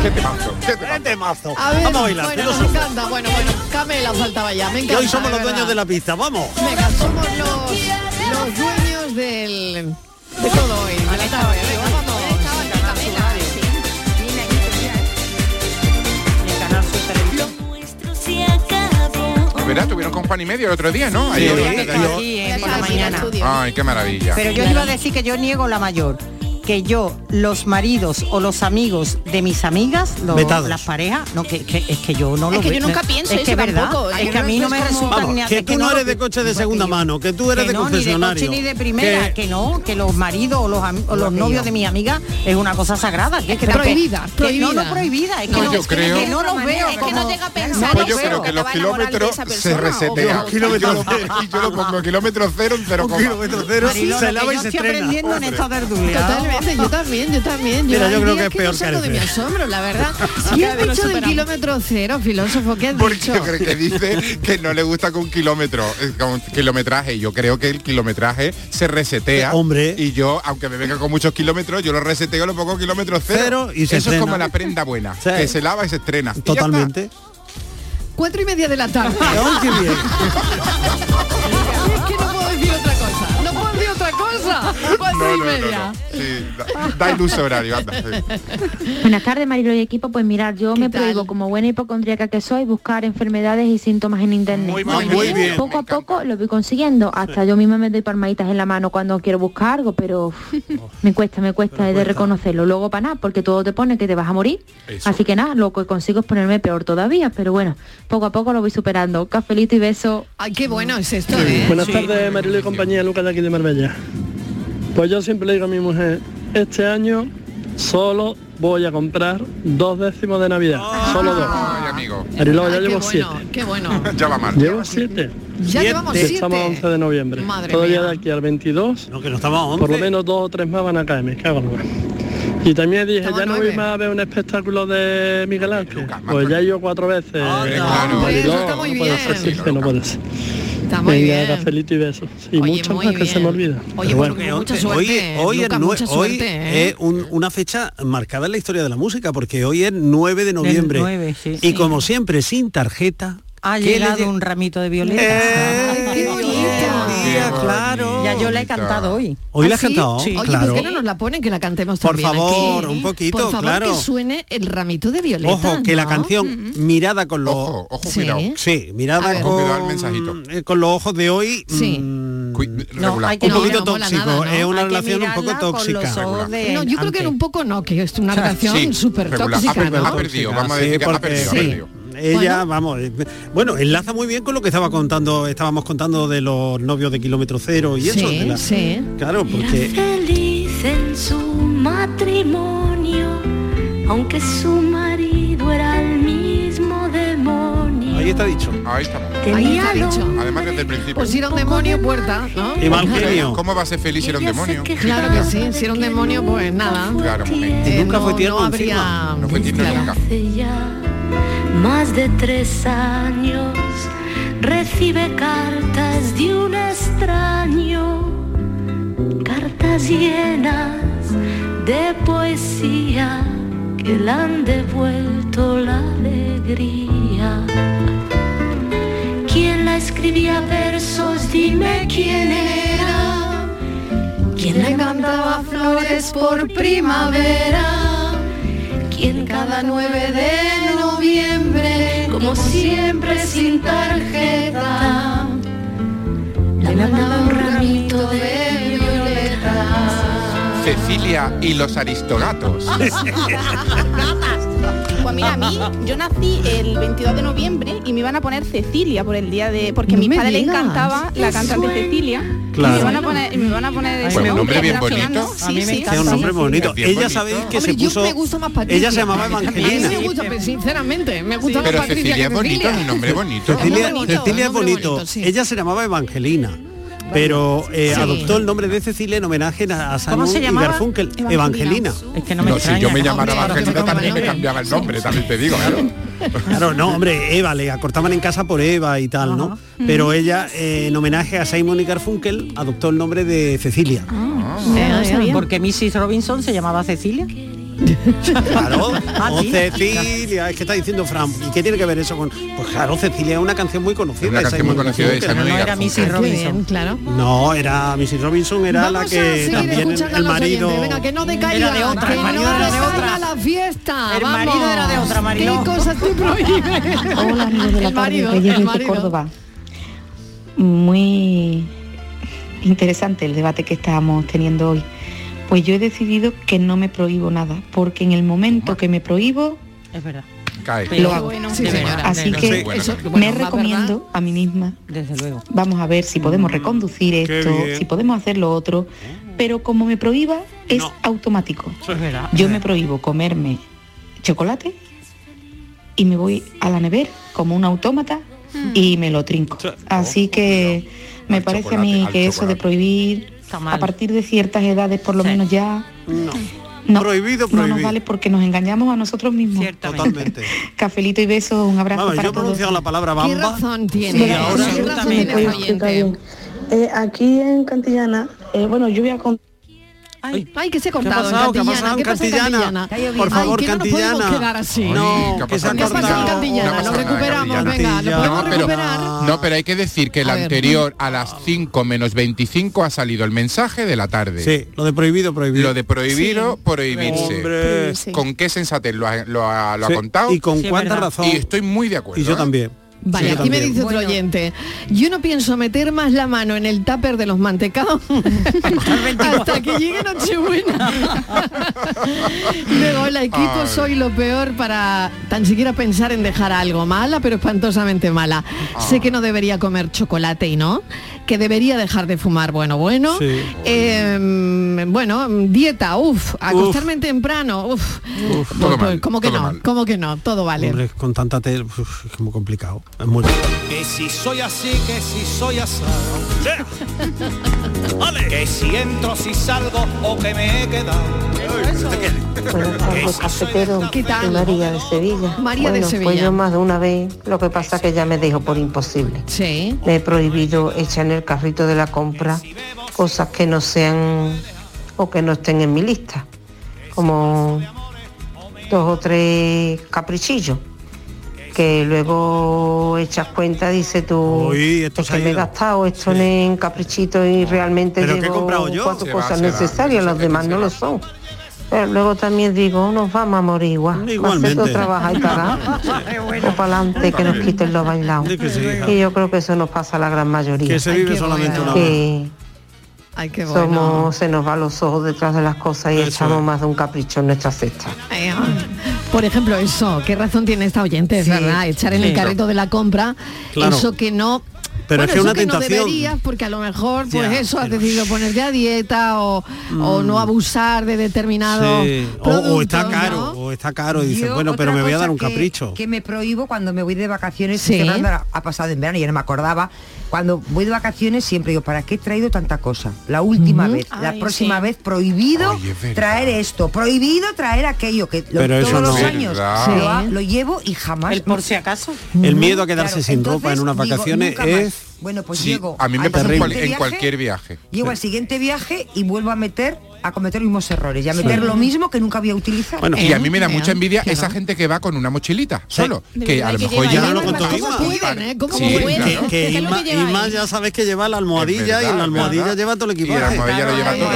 Speaker 7: Qué temazo, qué temazo.
Speaker 4: A ver,
Speaker 6: Vamos a bailar.
Speaker 4: bueno,
Speaker 6: filósofo.
Speaker 4: me encanta. Bueno, bueno, Camela faltaba ya. Me
Speaker 6: Y
Speaker 4: encanta.
Speaker 6: hoy somos los
Speaker 4: de
Speaker 6: dueños
Speaker 4: verdad.
Speaker 6: de la pista, vamos.
Speaker 4: Venga, somos los, los dueños del, de todo hoy. de la tarde. Venga, vamos.
Speaker 7: Verás, tuvieron con pan y medio el otro día, ¿no?
Speaker 11: Sí,
Speaker 7: Ayer,
Speaker 11: el día
Speaker 7: ayer,
Speaker 11: que
Speaker 7: ayer.
Speaker 11: estaba aquí, eh, por la mañana.
Speaker 7: Ay, qué maravilla.
Speaker 11: Pero yo iba a decir que yo niego la mayor. Que yo, los maridos o los amigos de mis amigas, los-
Speaker 6: Vetados.
Speaker 11: las parejas, no, que, que- es que yo no lo
Speaker 6: Es que
Speaker 11: veo.
Speaker 6: yo nunca pienso
Speaker 11: es
Speaker 6: eso
Speaker 11: que es verdad,
Speaker 6: tampoco,
Speaker 11: Es
Speaker 6: ¿eh?
Speaker 11: que a mí no me resulta
Speaker 6: Vamos,
Speaker 11: ni a-
Speaker 6: que
Speaker 11: es
Speaker 6: tú no
Speaker 11: lo-
Speaker 6: eres de coche de segunda mano, que tú eres de
Speaker 11: no, ni de
Speaker 6: concesionario,
Speaker 11: coche ni de primera,
Speaker 6: que-
Speaker 11: que, no, que los maridos o los, am- o los novios de mi amiga es una cosa sagrada, que es que tampoco-
Speaker 4: Prohibida,
Speaker 11: que
Speaker 4: prohibida.
Speaker 11: no, no prohibida, es que
Speaker 7: No,
Speaker 11: no,
Speaker 7: yo
Speaker 11: es que
Speaker 7: creo-
Speaker 11: no los veo,
Speaker 9: Es que no
Speaker 11: como-
Speaker 9: llega a
Speaker 11: no
Speaker 9: pensar
Speaker 7: Pues
Speaker 11: los
Speaker 7: yo
Speaker 11: veo.
Speaker 7: creo que los kilómetros se
Speaker 9: persona,
Speaker 7: resetean.
Speaker 9: o-
Speaker 7: Kilómetro cero. Y yo lo pongo kilómetro cero en cero coma.
Speaker 6: kilómetro cero,
Speaker 11: Mariló,
Speaker 6: se
Speaker 11: lo
Speaker 6: lava
Speaker 11: que
Speaker 6: y
Speaker 11: yo
Speaker 6: se
Speaker 11: estoy
Speaker 6: estrena.
Speaker 11: aprendiendo en
Speaker 6: Hombre.
Speaker 11: esta tertulia.
Speaker 4: Totalmente, yo también, yo también.
Speaker 6: Mira, yo
Speaker 4: hay
Speaker 6: creo
Speaker 4: días
Speaker 6: que es peor
Speaker 4: no
Speaker 6: que
Speaker 4: salgo de mi
Speaker 6: Alfredo.
Speaker 4: asombro, la verdad. ¿Quién
Speaker 11: Cada
Speaker 4: ha
Speaker 11: vez
Speaker 4: dicho
Speaker 11: nos
Speaker 4: del
Speaker 11: superamos.
Speaker 4: kilómetro cero, filósofo? ¿Qué has dicho?
Speaker 7: Yo creo que dice que no le gusta con kilómetro, eh, con kilometraje. Yo creo que el kilometraje se resetea.
Speaker 6: Eh, Hombre.
Speaker 7: Y yo, aunque me venga con muchos kilómetros, yo lo reseteo, lo pongo kilómetro cero.
Speaker 6: Cero y se
Speaker 7: Eso es
Speaker 6: estrena.
Speaker 7: como la prenda buena,
Speaker 6: Sí.
Speaker 7: que se lava y se estrena. Y ya
Speaker 6: Totalmente.
Speaker 4: Cuatro y media de la tarde.
Speaker 6: Ay, qué bien.
Speaker 4: Es que no puedo decir otra cosa. No puedo decir otra cosa.
Speaker 7: está.
Speaker 4: Cuatro
Speaker 7: No, no, no,
Speaker 4: y
Speaker 7: no.
Speaker 4: Pues media.
Speaker 7: Sí, da, da iluso horario, anda. sí.
Speaker 16: Buenas tardes, Marilo y equipo. Pues mirad, yo me prohíbo, como buena hipocondríaca que soy, buscar enfermedades y síntomas en internet.
Speaker 7: Muy, muy Muy bien. bien.
Speaker 16: Poco a poco lo voy consiguiendo. Hasta yo misma me doy palmaditas en la mano cuando quiero buscar algo, pero uf,
Speaker 7: Oh.
Speaker 16: me cuesta, me cuesta, he de reconocerlo. Luego para nada, porque todo te pone que te vas a morir.
Speaker 7: Eso.
Speaker 16: Así que nada, lo que consigo es ponerme peor todavía. Pero bueno, poco a poco lo voy superando. Cafelito y beso.
Speaker 4: Ay, qué bueno es esto, ¿eh?
Speaker 17: Buenas tardes, Marilo y compañía, Lucas de aquí de Marbella. Pues yo siempre le digo a mi mujer, este año solo voy a comprar dos décimos de Navidad, solo dos.
Speaker 7: Ay, amigo.
Speaker 17: Mariló, ya
Speaker 4: Ah. Ay, qué
Speaker 17: llevo
Speaker 4: bueno,
Speaker 17: siete.
Speaker 4: Qué bueno.
Speaker 7: Ya va mal.
Speaker 17: Llevo siete.
Speaker 4: Ya llevamos
Speaker 17: Y
Speaker 4: siete.
Speaker 17: Estamos a 11 de noviembre.
Speaker 4: Madre
Speaker 17: Todavía
Speaker 4: mía.
Speaker 17: de aquí al 22.
Speaker 6: No, que no estamos a 11.
Speaker 17: Por lo menos dos o tres más van a caer, me cago en la mar. Y también dije,
Speaker 4: Estamos
Speaker 17: ya no
Speaker 4: nueve.
Speaker 17: voy más a ver un espectáculo de Miguel Ángel. Pues ya he ido cuatro veces.
Speaker 7: claro.
Speaker 17: Mariló,
Speaker 7: Eso está
Speaker 4: muy
Speaker 17: no puede
Speaker 4: bien.
Speaker 17: ser, sí, que no puede ser.
Speaker 4: Está muy
Speaker 17: Venga,
Speaker 4: bien.
Speaker 17: cafelito y besos. Y muchas
Speaker 4: muy
Speaker 17: más que se me
Speaker 4: bien.
Speaker 17: olvida.
Speaker 4: Oye,
Speaker 17: Pero bueno.
Speaker 4: porque mucha
Speaker 6: Hoy-
Speaker 4: suerte,
Speaker 6: hoy, hoy
Speaker 4: Lucas,
Speaker 6: es nue-
Speaker 4: mucha
Speaker 6: hoy
Speaker 4: suerte, ¿eh?
Speaker 6: es un- una fecha marcada en la historia de la música, porque hoy es 9 de noviembre.
Speaker 11: 9, sí,
Speaker 6: y
Speaker 11: sí.
Speaker 6: como siempre, sin tarjeta.
Speaker 11: Ha
Speaker 6: ¿qué le
Speaker 11: llegado
Speaker 6: lle-
Speaker 11: un ramito de violeta.
Speaker 6: ¡Eh! Qué bonito.
Speaker 11: Ya yo la he cantado hoy.
Speaker 6: ¿Hoy la
Speaker 4: ¿Ah,
Speaker 6: has
Speaker 4: sí?
Speaker 6: cantado?
Speaker 4: Oye,
Speaker 6: Claro.
Speaker 4: ¿por qué no nos la ponen que la cantemos
Speaker 6: Por
Speaker 4: también
Speaker 6: favor,
Speaker 4: aquí?
Speaker 6: un poquito,
Speaker 4: Por favor,
Speaker 6: claro.
Speaker 4: que suene el ramito de violeta.
Speaker 6: Ojo, que la
Speaker 4: ¿no? Mm-hmm.
Speaker 6: canción mirada con los
Speaker 7: ojo, ojo,
Speaker 4: Sí. cuidado.
Speaker 6: Sí,
Speaker 7: A
Speaker 6: mirada
Speaker 7: ver.
Speaker 6: con,
Speaker 7: Ojo, cuidado al mensajito.
Speaker 6: eh, con los ojos de hoy.
Speaker 4: Sí.
Speaker 6: mm,
Speaker 7: regular.
Speaker 6: un poquito tóxico, es una
Speaker 4: Hay que
Speaker 6: relación un poco
Speaker 4: mirarla con
Speaker 6: tóxica.
Speaker 4: los ojos de No, yo creo que
Speaker 6: antes.
Speaker 4: era un poco no, que es una relación
Speaker 6: Sí,
Speaker 4: súper
Speaker 6: regular.
Speaker 4: tóxica,
Speaker 6: Ha perdido,
Speaker 4: ¿no?
Speaker 6: ha perdido, vamos a
Speaker 7: Sí,
Speaker 6: decir que ha
Speaker 7: porque-
Speaker 6: perdido, ha
Speaker 7: sí.
Speaker 6: perdido. Ella, vamos, eh, bueno, enlaza muy bien con lo que estaba contando, estábamos contando de los novios de kilómetro cero y
Speaker 18: Sí,
Speaker 6: eso. de la-
Speaker 18: sí.
Speaker 6: Claro, porque
Speaker 18: feliz en su matrimonio, aunque su marido era el mismo demonio.
Speaker 6: ahí está dicho.
Speaker 7: Ahí está.
Speaker 18: Ahí está dicho.
Speaker 7: Además desde el principio.
Speaker 4: Pues si era un demonio, puerta, ¿no?
Speaker 7: ¿Cómo-
Speaker 6: genio.
Speaker 7: ¿Cómo va a ser feliz si era un demonio?
Speaker 4: Claro que sí, si era un demonio, pues nada.
Speaker 7: Claro, un momento.
Speaker 4: Eh, no- no habría...
Speaker 7: No fue tierno
Speaker 4: claro.
Speaker 7: nunca.
Speaker 18: Hace ya más de tres años recibe cartas de un extraño, cartas llenas de poesía que le han devuelto la alegría. ¿Quién la escribía versos? Dime quién era. ¿Quién le cantaba flores por primavera? quien cada 9 de noviembre, como siempre sin tarjeta, le mandaba un ramito de violetas.
Speaker 7: Cecilia y los aristogatos.
Speaker 8: Pues mira, a mí, yo nací el 22 de noviembre y me iban a poner Cecilia por el día de... Porque a
Speaker 18: No
Speaker 8: mis
Speaker 18: me
Speaker 8: padres les
Speaker 18: digas.
Speaker 8: encantaba la
Speaker 18: Qué
Speaker 8: cantante
Speaker 18: sueño.
Speaker 8: Cecilia.
Speaker 6: Claro.
Speaker 8: Y me van a poner, y me van a poner
Speaker 6: Ay,
Speaker 8: ese
Speaker 6: pues un nombre bien
Speaker 8: relacionando.
Speaker 6: bonito.
Speaker 8: Sí,
Speaker 6: A mí me
Speaker 8: sí.
Speaker 6: encanta. Es un nombre bonito.
Speaker 7: Bien
Speaker 6: Ella
Speaker 7: bonito.
Speaker 6: sabéis que
Speaker 4: Hombre,
Speaker 6: se puso...
Speaker 4: yo me gusta más Patricia.
Speaker 6: Ella se llamaba Evangelina.
Speaker 4: A mí me gusta, pero sinceramente, me gusta más
Speaker 7: Pero
Speaker 4: Patricia
Speaker 7: Cecilia es
Speaker 4: que
Speaker 7: bonito, es
Speaker 4: Cecilia.
Speaker 7: un nombre bonito.
Speaker 6: Cecilia,
Speaker 4: Nombre bonito,
Speaker 6: Cecilia es
Speaker 4: nombre
Speaker 6: bonito. Ella se llamaba Evangelina. Pero eh,
Speaker 4: Sí.
Speaker 6: adoptó el nombre de Cecilia en homenaje a, a Simon
Speaker 11: se
Speaker 6: y
Speaker 11: llamaba?
Speaker 6: Garfunkel.
Speaker 11: Evangelina.
Speaker 6: Evangelina.
Speaker 11: Es que
Speaker 7: No, si yo me llamara Evangelina también me cambiaba el nombre, también te digo, claro.
Speaker 6: Claro, no, hombre, Eva, le acortaban en casa por Eva y tal, ¿no?
Speaker 4: Mm.
Speaker 6: Pero ella, eh, en homenaje a Simon y Garfunkel, adoptó el nombre de Cecilia.
Speaker 11: No, no, Porque Mrs. Robinson se llamaba Cecilia.
Speaker 6: Claro,
Speaker 11: Ah,
Speaker 6: o
Speaker 11: sí.
Speaker 6: Oh, Cecilia, es que está diciendo Fran. ¿Y qué tiene que ver eso con...? Pues claro, Cecilia es una canción muy conocida.
Speaker 7: Una
Speaker 6: de
Speaker 7: canción muy
Speaker 6: Simon
Speaker 7: conocida de
Speaker 6: Garfunkel.
Speaker 7: Simon y Pero no era Garfunkel. Mrs.
Speaker 4: Muy bien, claro.
Speaker 6: No, era Mrs. Robinson, era la
Speaker 4: Vamos a
Speaker 6: que
Speaker 4: seguir
Speaker 6: también el,
Speaker 4: escuchando a los
Speaker 6: marido.
Speaker 4: oyentes. Venga, que no decaiga,
Speaker 11: Mm, Era de otra,
Speaker 4: que
Speaker 11: el marido
Speaker 4: no
Speaker 11: era de
Speaker 4: decaiga
Speaker 11: otra.
Speaker 4: la fiesta.
Speaker 11: El
Speaker 4: vamos.
Speaker 11: marido era de otra, Mariló.
Speaker 4: ¿Qué cosas te prohíben?
Speaker 16: Hola amigos de la
Speaker 4: El
Speaker 16: tarde,
Speaker 4: marido,
Speaker 16: Reyes
Speaker 4: el
Speaker 16: desde
Speaker 4: marido.
Speaker 16: Córdoba. Muy interesante el debate que estábamos teniendo hoy. Pues yo he decidido que no me prohíbo nada, porque en el momento que me prohíbo,
Speaker 11: Es verdad.
Speaker 7: Cae.
Speaker 16: lo hago.
Speaker 4: bueno, sí, señora.
Speaker 16: Así
Speaker 4: Bueno,
Speaker 16: que
Speaker 4: sí, bueno,
Speaker 16: eso-
Speaker 4: bueno,
Speaker 16: me
Speaker 4: más
Speaker 16: recomiendo a mí misma.
Speaker 11: Desde luego.
Speaker 16: Vamos a ver si
Speaker 4: Mm,
Speaker 16: podemos reconducir
Speaker 11: qué
Speaker 16: esto,
Speaker 11: bien.
Speaker 16: si podemos hacer lo otro, pero como me prohíba, es automático.
Speaker 11: Eso es verdad.
Speaker 16: Yo me prohíbo comerme chocolate y me voy a la nevera como un autómata
Speaker 4: Hmm.
Speaker 16: y me lo trinco. Así que me parece a mí
Speaker 11: chocolate, al
Speaker 16: que eso de prohibir a partir de ciertas edades por lo menos ya
Speaker 6: No.
Speaker 16: no,
Speaker 6: Prohibido,
Speaker 16: no nos
Speaker 6: prohibido.
Speaker 16: vale porque nos engañamos a nosotros mismos.
Speaker 6: Totalmente.
Speaker 16: Cafelito y besos, un abrazo
Speaker 6: Vamos, yo
Speaker 16: para
Speaker 6: he
Speaker 16: todos.
Speaker 6: pronunciado la palabra bamba.
Speaker 4: razón tiene?
Speaker 6: Y ahora-
Speaker 4: ¿Qué razón tiene
Speaker 6: Oye,
Speaker 4: esta oyente?
Speaker 19: Eh, aquí en Cantillana, eh, bueno, yo voy a contar
Speaker 4: Ay, ay, que se ha
Speaker 6: ¿Qué ha
Speaker 4: cortado
Speaker 6: pasado? ¿Qué ha
Speaker 4: en
Speaker 6: pasado
Speaker 4: Cantillana.
Speaker 6: en Cantillana? Por favor,
Speaker 4: Ay, que No nos podemos
Speaker 6: Cantillana.
Speaker 4: quedar así.
Speaker 6: No,
Speaker 7: ¿Qué
Speaker 6: que se ha
Speaker 7: ha pasado en
Speaker 6: cortado.
Speaker 4: Cantillana?
Speaker 7: No ha
Speaker 4: Lo
Speaker 7: pasado nada,
Speaker 4: recuperamos,
Speaker 7: Cantillana.
Speaker 4: venga, lo podemos
Speaker 7: No, pero,
Speaker 4: recuperar.
Speaker 7: no, pero hay que decir que el
Speaker 4: A ver.
Speaker 7: anterior a las 5 menos 25 ha salido el mensaje de la tarde.
Speaker 6: Sí, lo de prohibido, prohibido.
Speaker 7: Lo de prohibir o prohibirse.
Speaker 6: Hombre.
Speaker 7: ¿Con qué sensatez lo ha, lo ha- lo ha
Speaker 6: Sí,
Speaker 7: contado?
Speaker 6: y con Sí, es cuánta verdad. razón.
Speaker 7: Y estoy muy de acuerdo.
Speaker 6: Y yo
Speaker 7: ¿eh?
Speaker 6: también.
Speaker 4: Vale,
Speaker 7: Sí,
Speaker 4: aquí me
Speaker 7: también.
Speaker 4: dice otro oyente. Yo no pienso meter más la mano en el tupper de los mantecados hasta que llegue Nochebuena. Luego, hola equipo,
Speaker 18: Ay.
Speaker 4: soy lo peor para tan siquiera pensar en dejar algo mala, pero espantosamente mala. Sé que no debería comer chocolate y no, que debería dejar de fumar, bueno, bueno.
Speaker 18: Sí.
Speaker 4: Eh, bueno, dieta, uff, acostarme temprano, uff.
Speaker 6: todo
Speaker 4: Pues,
Speaker 6: mal,
Speaker 4: ¿Cómo que
Speaker 6: todo
Speaker 4: no?
Speaker 6: mal.
Speaker 4: ¿Cómo que no? Todo vale.
Speaker 6: Hombre, con tanta tele, uf, es muy complicado. Es muy
Speaker 10: Que si soy así, que si soy asado. Que si entro, si salgo o que me he
Speaker 20: Buenas tardes,
Speaker 10: quedado.
Speaker 20: cafetero.
Speaker 4: ¿Qué tal?
Speaker 20: Soy María de Sevilla.
Speaker 4: María de
Speaker 20: Bueno, Pues
Speaker 4: Sevilla.
Speaker 20: yo más de una vez, lo que pasa que ya me dejo por imposible.
Speaker 4: Sí.
Speaker 20: Me he prohibido echar en el carrito de la compra cosas que no sean o que no estén en mi lista, como dos o tres caprichillos. que luego echas cuenta, dice tú,
Speaker 6: Uy, esto se
Speaker 20: "Es
Speaker 6: ha
Speaker 20: que me he
Speaker 6: ido".
Speaker 20: gastado esto en caprichito y realmente
Speaker 6: ¿Pero qué he
Speaker 20: llevo
Speaker 6: comprado yo?
Speaker 20: cuatro
Speaker 6: Se va,
Speaker 20: cosas
Speaker 6: se va,
Speaker 20: necesarias, las demás no lo son. Pero luego también digo, nos vamos a morir igual. Más
Speaker 6: Igualmente.
Speaker 20: todo trabajar y pagar. o para adelante que nos quiten los bailados.
Speaker 6: Di que sí, hija.
Speaker 20: y yo creo que eso nos pasa a la gran mayoría.
Speaker 6: Que se vive Ay, qué solamente bueno. una
Speaker 20: Que
Speaker 4: Ay, qué bueno.
Speaker 20: somos, se nos va los ojos detrás de las cosas y echamos más de un capricho en nuestra cesta.
Speaker 4: Eh, ah, Por ejemplo, eso, ¿qué razón tiene esta oyente, es verdad? Echar en el
Speaker 20: Sí.
Speaker 4: carrito de la compra
Speaker 6: Claro.
Speaker 4: eso que no...
Speaker 6: Pero es
Speaker 4: bueno,
Speaker 6: que
Speaker 4: eso
Speaker 6: una
Speaker 4: no
Speaker 6: tentación.
Speaker 4: deberías porque a lo mejor pues
Speaker 6: Ya, Mm.
Speaker 4: eso has decidido ponerte a dieta o, o no abusar de determinado
Speaker 6: Sí. O, o está caro, o está caro y dices,
Speaker 9: Yo,
Speaker 6: bueno, pero
Speaker 9: otra
Speaker 6: me voy a
Speaker 9: cosa
Speaker 6: dar un
Speaker 9: que-
Speaker 6: capricho.
Speaker 9: Que me prohíbo cuando me voy de vacaciones,
Speaker 4: Sí.
Speaker 9: estoy hablando ahora- ha pasado en verano, ya no me acordaba. Cuando voy de vacaciones siempre digo, ¿para qué he traído tanta cosa? La última vez, la
Speaker 11: Ay,
Speaker 9: próxima
Speaker 11: sí.
Speaker 9: vez, prohibido
Speaker 11: Ay, es verdad.
Speaker 9: traer esto, prohibido traer aquello, que lo-
Speaker 6: Pero
Speaker 9: todos
Speaker 6: eso
Speaker 9: los
Speaker 6: no.
Speaker 9: años
Speaker 6: Verdad.
Speaker 9: lo, ha-
Speaker 6: Sí.
Speaker 9: lo llevo y jamás.
Speaker 11: El por si acaso.
Speaker 6: El miedo a quedarse sin ropa en unas vacaciones es...
Speaker 9: Bueno, pues
Speaker 6: Sí,
Speaker 9: llego.
Speaker 6: a mí me
Speaker 9: al
Speaker 6: pasa en
Speaker 9: siguiente
Speaker 6: cual- en cualquier
Speaker 7: viaje.
Speaker 9: Llego
Speaker 6: Sí.
Speaker 9: al siguiente viaje y vuelvo a meter a cometer los mismos errores y a
Speaker 7: Sí.
Speaker 9: meter lo mismo que nunca había utilizado.
Speaker 7: Bueno, y a mí me da mucha envidia esa gente que va con una mochilita solo,
Speaker 9: De
Speaker 7: que
Speaker 9: verdad
Speaker 7: a lo
Speaker 9: que
Speaker 7: mejor
Speaker 9: lleva
Speaker 7: ya
Speaker 9: ahí
Speaker 7: no lo
Speaker 9: unas
Speaker 7: contó
Speaker 9: cosas
Speaker 7: Inma.
Speaker 9: pueden,
Speaker 7: Claro.
Speaker 9: ¿eh? ¿Cómo
Speaker 7: Sí,
Speaker 9: pueden?
Speaker 7: claro.
Speaker 6: Que, que Inma, Inma ya sabes que lleva la almohadilla
Speaker 7: Es
Speaker 6: y en
Speaker 7: verdad,
Speaker 6: la almohadilla
Speaker 7: es verdad.
Speaker 6: lleva todo el equipo.
Speaker 7: Y la almohadilla lo lleva todo.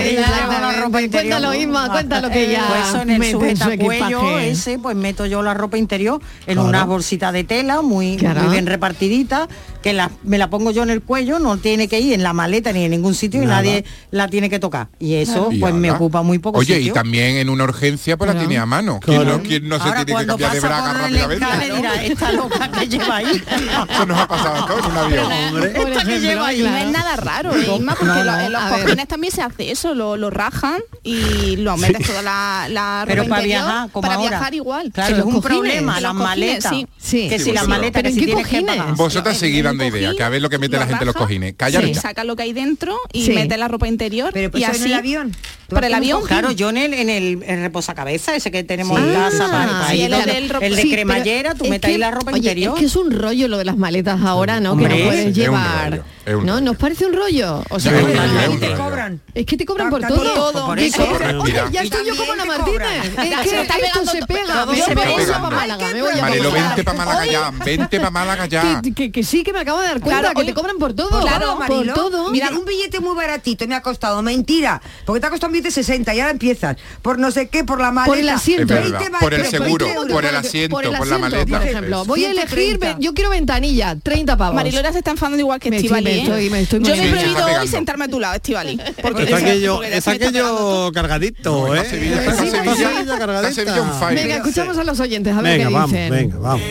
Speaker 4: Cuéntalo, Isma, cuéntalo que ya
Speaker 11: Pues eso en el
Speaker 4: mete en su
Speaker 11: sujetacuello
Speaker 4: equipaje.
Speaker 11: ese, pues meto yo la ropa interior en
Speaker 4: Claro.
Speaker 11: una bolsita de tela muy,
Speaker 4: Claro.
Speaker 11: muy bien repartidita, que la- me la pongo yo en el cuello, no tiene que ir en la maleta ni en ningún sitio
Speaker 7: Nada.
Speaker 11: y nadie la tiene que tocar. Y eso
Speaker 7: Y
Speaker 11: pues me
Speaker 7: ala.
Speaker 11: ocupa muy poco
Speaker 7: Oye, y
Speaker 11: sitio.
Speaker 7: también en una urgencia pues la
Speaker 11: Claro.
Speaker 7: tiene a mano. ¿Quién no, quién no se
Speaker 11: Ahora
Speaker 7: tiene que
Speaker 11: cuando
Speaker 7: cambiar de
Speaker 11: pasa
Speaker 7: braga
Speaker 11: por el
Speaker 7: rápidamente?
Speaker 11: escáner, dirá, esta loca que lleva ahí.
Speaker 7: Eso nos ha pasado a todos en un avión.
Speaker 11: Esta que lleva ahí.
Speaker 8: No pues es nada raro, ¿eh, Inma, porque
Speaker 11: No,
Speaker 8: lo-
Speaker 11: no.
Speaker 8: en los
Speaker 11: A ver.
Speaker 8: cojines también se hace eso, lo, lo rajan y lo metes toda la, la ropa
Speaker 11: Pero para
Speaker 8: interior,
Speaker 11: viajar, como
Speaker 8: para
Speaker 11: ahora.
Speaker 8: viajar igual.
Speaker 11: Claro, es un problema,
Speaker 8: En
Speaker 11: las
Speaker 8: los cojines,
Speaker 11: maletas.
Speaker 8: sí.
Speaker 7: Sí,
Speaker 11: Que si las
Speaker 7: vosotros.
Speaker 8: ¿Pero
Speaker 11: maletas, que
Speaker 8: en
Speaker 11: si
Speaker 8: qué
Speaker 11: tienes que
Speaker 8: cojines?
Speaker 11: pagar.
Speaker 7: Vosotras seguís dando ideas, que a ver lo que mete la gente en los cojines. Callar
Speaker 8: Sí,
Speaker 7: ya.
Speaker 8: saca lo que hay dentro y
Speaker 11: Sí.
Speaker 8: mete la ropa interior
Speaker 11: Pero, pues,
Speaker 8: y
Speaker 11: eso
Speaker 8: así
Speaker 11: en el avión. ¿Tú
Speaker 8: para el
Speaker 11: has tenido
Speaker 8: avión
Speaker 11: un Claro, yo en el, en el, el reposacabeza, ese que tenemos en casa,
Speaker 4: Ah,
Speaker 11: para- para
Speaker 8: sí,
Speaker 11: ir
Speaker 8: el
Speaker 11: donde-
Speaker 8: del ropa-
Speaker 11: el de
Speaker 8: sí, pero
Speaker 11: cremallera, tú
Speaker 4: Es
Speaker 11: metes
Speaker 4: que-
Speaker 11: ahí la ropa
Speaker 4: oye,
Speaker 11: interior.
Speaker 4: Es que es un rollo lo de las maletas ahora, ¿no? que
Speaker 11: Hombre,
Speaker 4: no puedes
Speaker 11: es un
Speaker 4: llevar.
Speaker 11: rollo,
Speaker 7: es un
Speaker 4: ¿No? ¿Nos parece un rollo? O sea,
Speaker 7: Es un
Speaker 4: que-
Speaker 7: rollo, es un
Speaker 4: y te
Speaker 7: rollo.
Speaker 4: cobran. Es que te cobran por
Speaker 9: Por
Speaker 4: todo.
Speaker 9: todo, por
Speaker 4: Te
Speaker 9: eso.
Speaker 4: cobran. Oye,
Speaker 7: Mira.
Speaker 4: ya estoy yo como Ana Martínez. Es
Speaker 8: Ya, se
Speaker 4: que
Speaker 8: lo está
Speaker 4: esto
Speaker 8: pegando
Speaker 4: se
Speaker 8: to-
Speaker 4: pega.
Speaker 8: todo
Speaker 4: Me
Speaker 8: se
Speaker 4: voy
Speaker 8: pega.
Speaker 4: eso para Málaga, me voy a
Speaker 7: Marilo,
Speaker 4: Málaga.
Speaker 7: vente para Málaga ya, vente para Málaga ya.
Speaker 4: Que, que- que sí, que me acabo de dar cuenta,
Speaker 9: Claro,
Speaker 4: que
Speaker 9: oye,
Speaker 4: te cobran por todo. por
Speaker 9: Claro, Mariló.
Speaker 4: todo.
Speaker 9: Mira, un billete muy baratito me ha costado, mentira, porque te ha costado un billete 60 y ahora empiezas por no sé qué, por la maleta.
Speaker 4: Por el asiento.
Speaker 9: 20 ba-
Speaker 7: por el
Speaker 9: pero
Speaker 7: seguro,
Speaker 9: 20 euros.
Speaker 7: por el asiento, por, la maleta.
Speaker 4: Por ejemplo,
Speaker 7: Es-
Speaker 4: voy a elegir, ve- yo quiero ventanilla, 30 pavos.
Speaker 8: Marilora se está enfadando igual que
Speaker 4: Me estoy-
Speaker 8: Estivali. ¿eh?
Speaker 4: me estoy- me estoy
Speaker 8: yo me he
Speaker 4: poniendo- Sí, se está
Speaker 8: prohibido hoy
Speaker 4: pegando.
Speaker 8: sentarme a tu lado, Estivali. Porque
Speaker 6: Está
Speaker 8: esa-
Speaker 6: aquello,
Speaker 8: porque ya se
Speaker 6: está
Speaker 8: me está
Speaker 6: aquello cargadito, ¿eh? Está
Speaker 7: está Sevilla.
Speaker 6: Sevilla cargadita.
Speaker 7: Está Sevilla on fire.
Speaker 4: Venga, escuchamos a los oyentes, a ver
Speaker 6: Venga,
Speaker 4: qué
Speaker 6: vamos,
Speaker 4: dicen.
Speaker 6: venga, vamos.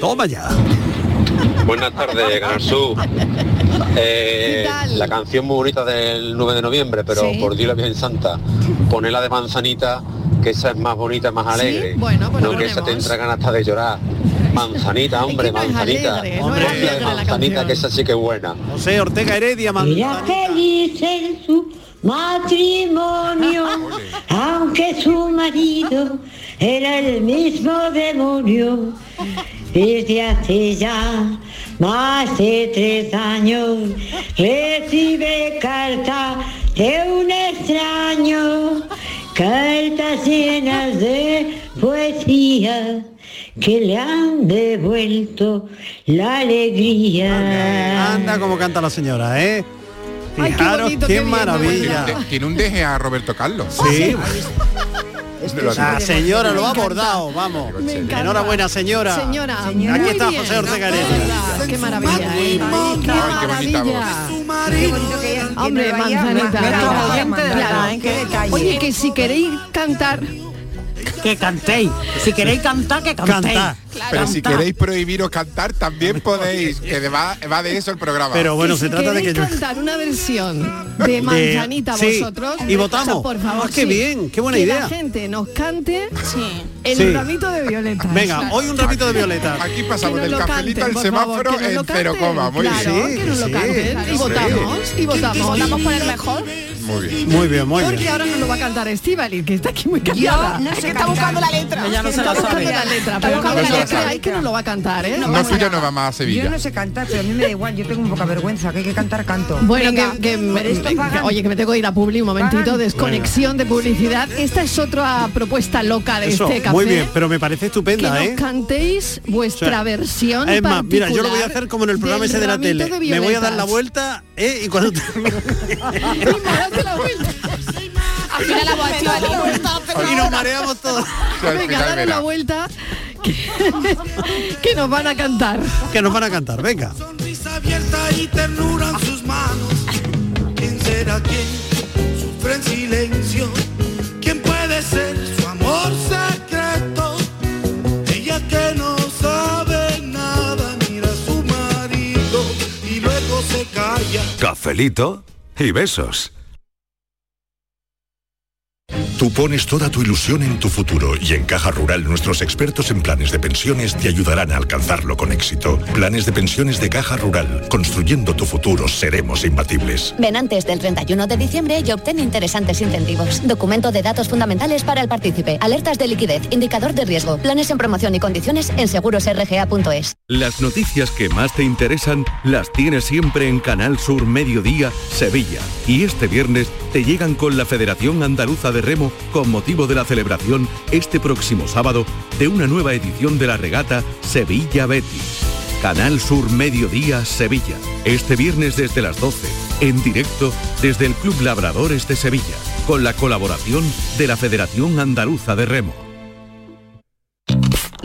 Speaker 6: Toma ya.
Speaker 21: Buenas tardes, Canal Sur. Eh, la canción muy bonita del 9 de noviembre, pero
Speaker 4: Sí.
Speaker 21: por Dios la Virgen Santa, ponela de manzanita, que esa es más bonita, más
Speaker 4: Sí,
Speaker 21: alegre.
Speaker 6: Ah,
Speaker 4: bueno, pues la
Speaker 21: no que esa te
Speaker 4: ponemos.
Speaker 21: entra ganas hasta de llorar. Manzanita, hombre,
Speaker 4: no es
Speaker 21: manzanita.
Speaker 4: alegre, no es
Speaker 21: Ponla
Speaker 4: alegre
Speaker 21: de
Speaker 4: la
Speaker 21: manzanita, que esa sí que es buena.
Speaker 6: José Ortega Heredia,
Speaker 22: Era
Speaker 6: man.
Speaker 22: feliz en su matrimonio, aunque su marido era el mismo demonio. Desde hace ya más de tres años recibe carta de un extraño, cartas llenas de poesía que le han devuelto la alegría.
Speaker 6: Anda como canta la señora, ¿eh?
Speaker 22: Ay, qué
Speaker 6: Fijaros
Speaker 22: bonito,
Speaker 6: qué,
Speaker 22: qué bien,
Speaker 6: maravilla.
Speaker 7: Tiene un de- Tiene un deje a Roberto Carlos.
Speaker 6: Sí.
Speaker 7: Me lo
Speaker 6: La
Speaker 7: digo.
Speaker 6: señora lo ha
Speaker 4: Me encanta.
Speaker 6: abordado, vamos.
Speaker 4: Me encanta.
Speaker 6: Enhorabuena, señora.
Speaker 4: Señora,
Speaker 6: Aquí
Speaker 4: muy
Speaker 6: está
Speaker 4: bien.
Speaker 6: José Ortega Heredia.
Speaker 4: Qué maravilla, ¿eh? Qué maravilla. Hombre, manzanita.
Speaker 11: Nuestro
Speaker 4: claro.
Speaker 11: oyente de
Speaker 4: Claro.
Speaker 11: verdad, ¿eh? Qué detalle.
Speaker 4: Oye, que si queréis cantar...
Speaker 11: Que cantéis. Si queréis cantar, que cantéis.
Speaker 7: Pero si queréis prohibiros cantar, también podéis, que de- va, va de eso el programa.
Speaker 6: Pero bueno,
Speaker 4: Que si
Speaker 6: se trata de que
Speaker 4: queréis
Speaker 6: yo...
Speaker 4: cantar una versión de Manzanita
Speaker 6: sí,
Speaker 4: vosotros
Speaker 6: y votamos.
Speaker 4: o sea, por favor,
Speaker 6: Ah, qué
Speaker 4: sí,
Speaker 6: bien, qué buena
Speaker 4: que
Speaker 6: idea.
Speaker 4: la gente nos cante el
Speaker 6: Sí.
Speaker 4: ramito de violeta
Speaker 6: Venga, hoy un ratito de violeta.
Speaker 7: Aquí pasamos del cafelito al semáforo en cero coma. Muy
Speaker 4: claro,
Speaker 7: bien.
Speaker 4: que nos lo canten y votamos y votamos
Speaker 8: ¿Podamos poner mejor?
Speaker 7: Muy bien.
Speaker 6: Muy bien, muy
Speaker 4: Porque
Speaker 6: bien.
Speaker 4: ahora no lo va a cantar Estivali, que está aquí muy callada.
Speaker 11: no
Speaker 4: Es
Speaker 11: sé
Speaker 4: que está buscando la letra.
Speaker 11: Ella no se
Speaker 4: está
Speaker 11: la sabe.
Speaker 4: buscando la letra,
Speaker 9: Está
Speaker 4: pero
Speaker 9: buscando
Speaker 4: no
Speaker 9: la
Speaker 4: lo
Speaker 9: letra.
Speaker 4: creáis que no lo va a cantar, ¿eh?
Speaker 7: No, suya no va más a
Speaker 9: Yo
Speaker 7: Sevilla.
Speaker 9: no sé cantar, pero a mí me da igual, yo tengo un poca vergüenza, que hay que cantar canto.
Speaker 4: Bueno,
Speaker 9: Venga,
Speaker 4: que, que-
Speaker 9: por esto pagan.
Speaker 4: oye, que me tengo que ir a Publi un momentito,
Speaker 9: Pagan.
Speaker 4: desconexión de publicidad. Esta es otra propuesta loca de
Speaker 6: Eso,
Speaker 4: este café.
Speaker 6: muy bien, pero me parece
Speaker 4: que nos
Speaker 6: estupenda, ¿eh?
Speaker 4: cantéis vuestra
Speaker 6: O sea,
Speaker 4: versión
Speaker 6: Es más, mira, yo lo voy a
Speaker 4: particular
Speaker 6: hacer como en el programa
Speaker 4: del
Speaker 6: ese de la
Speaker 4: ramito
Speaker 6: tele.
Speaker 4: de
Speaker 6: me voy a dar la
Speaker 4: violetas.
Speaker 6: vuelta, ¿eh? Y cuando
Speaker 18: Al final la voz
Speaker 6: y nos mareamos todos.
Speaker 4: Venga, dale la vuelta que, que nos van a cantar.
Speaker 6: Que nos van a cantar, venga.
Speaker 10: Sonrisa abierta y ternura en sus manos. ¿Quién será quien sufre en silencio? ¿Quién puede ser su amor secreto? Ella que no sabe nada, mira a su marido y luego se calla.
Speaker 1: Cafelito y besos.
Speaker 3: Tú pones toda tu ilusión en tu futuro y en Caja Rural nuestros expertos en planes de pensiones te ayudarán a alcanzarlo con éxito. Planes de pensiones de Caja Rural. Construyendo tu futuro seremos imbatibles.
Speaker 23: Ven antes del 31 de diciembre y obtén interesantes incentivos. Documento de datos fundamentales para el partícipe. Alertas de liquidez, indicador de riesgo, planes en promoción y condiciones en segurosrga.es.
Speaker 1: Las noticias que más te interesan las tienes siempre en Canal Sur Mediodía, Sevilla. Y este viernes te llegan con la Federación Andaluza de Remo con motivo de la celebración este próximo sábado de una nueva edición de la regata Sevilla Betis. Canal Sur Mediodía, Sevilla. Este viernes desde las 12, en directo desde el Club Labradores de Sevilla, con la colaboración de la Federación Andaluza de Remo.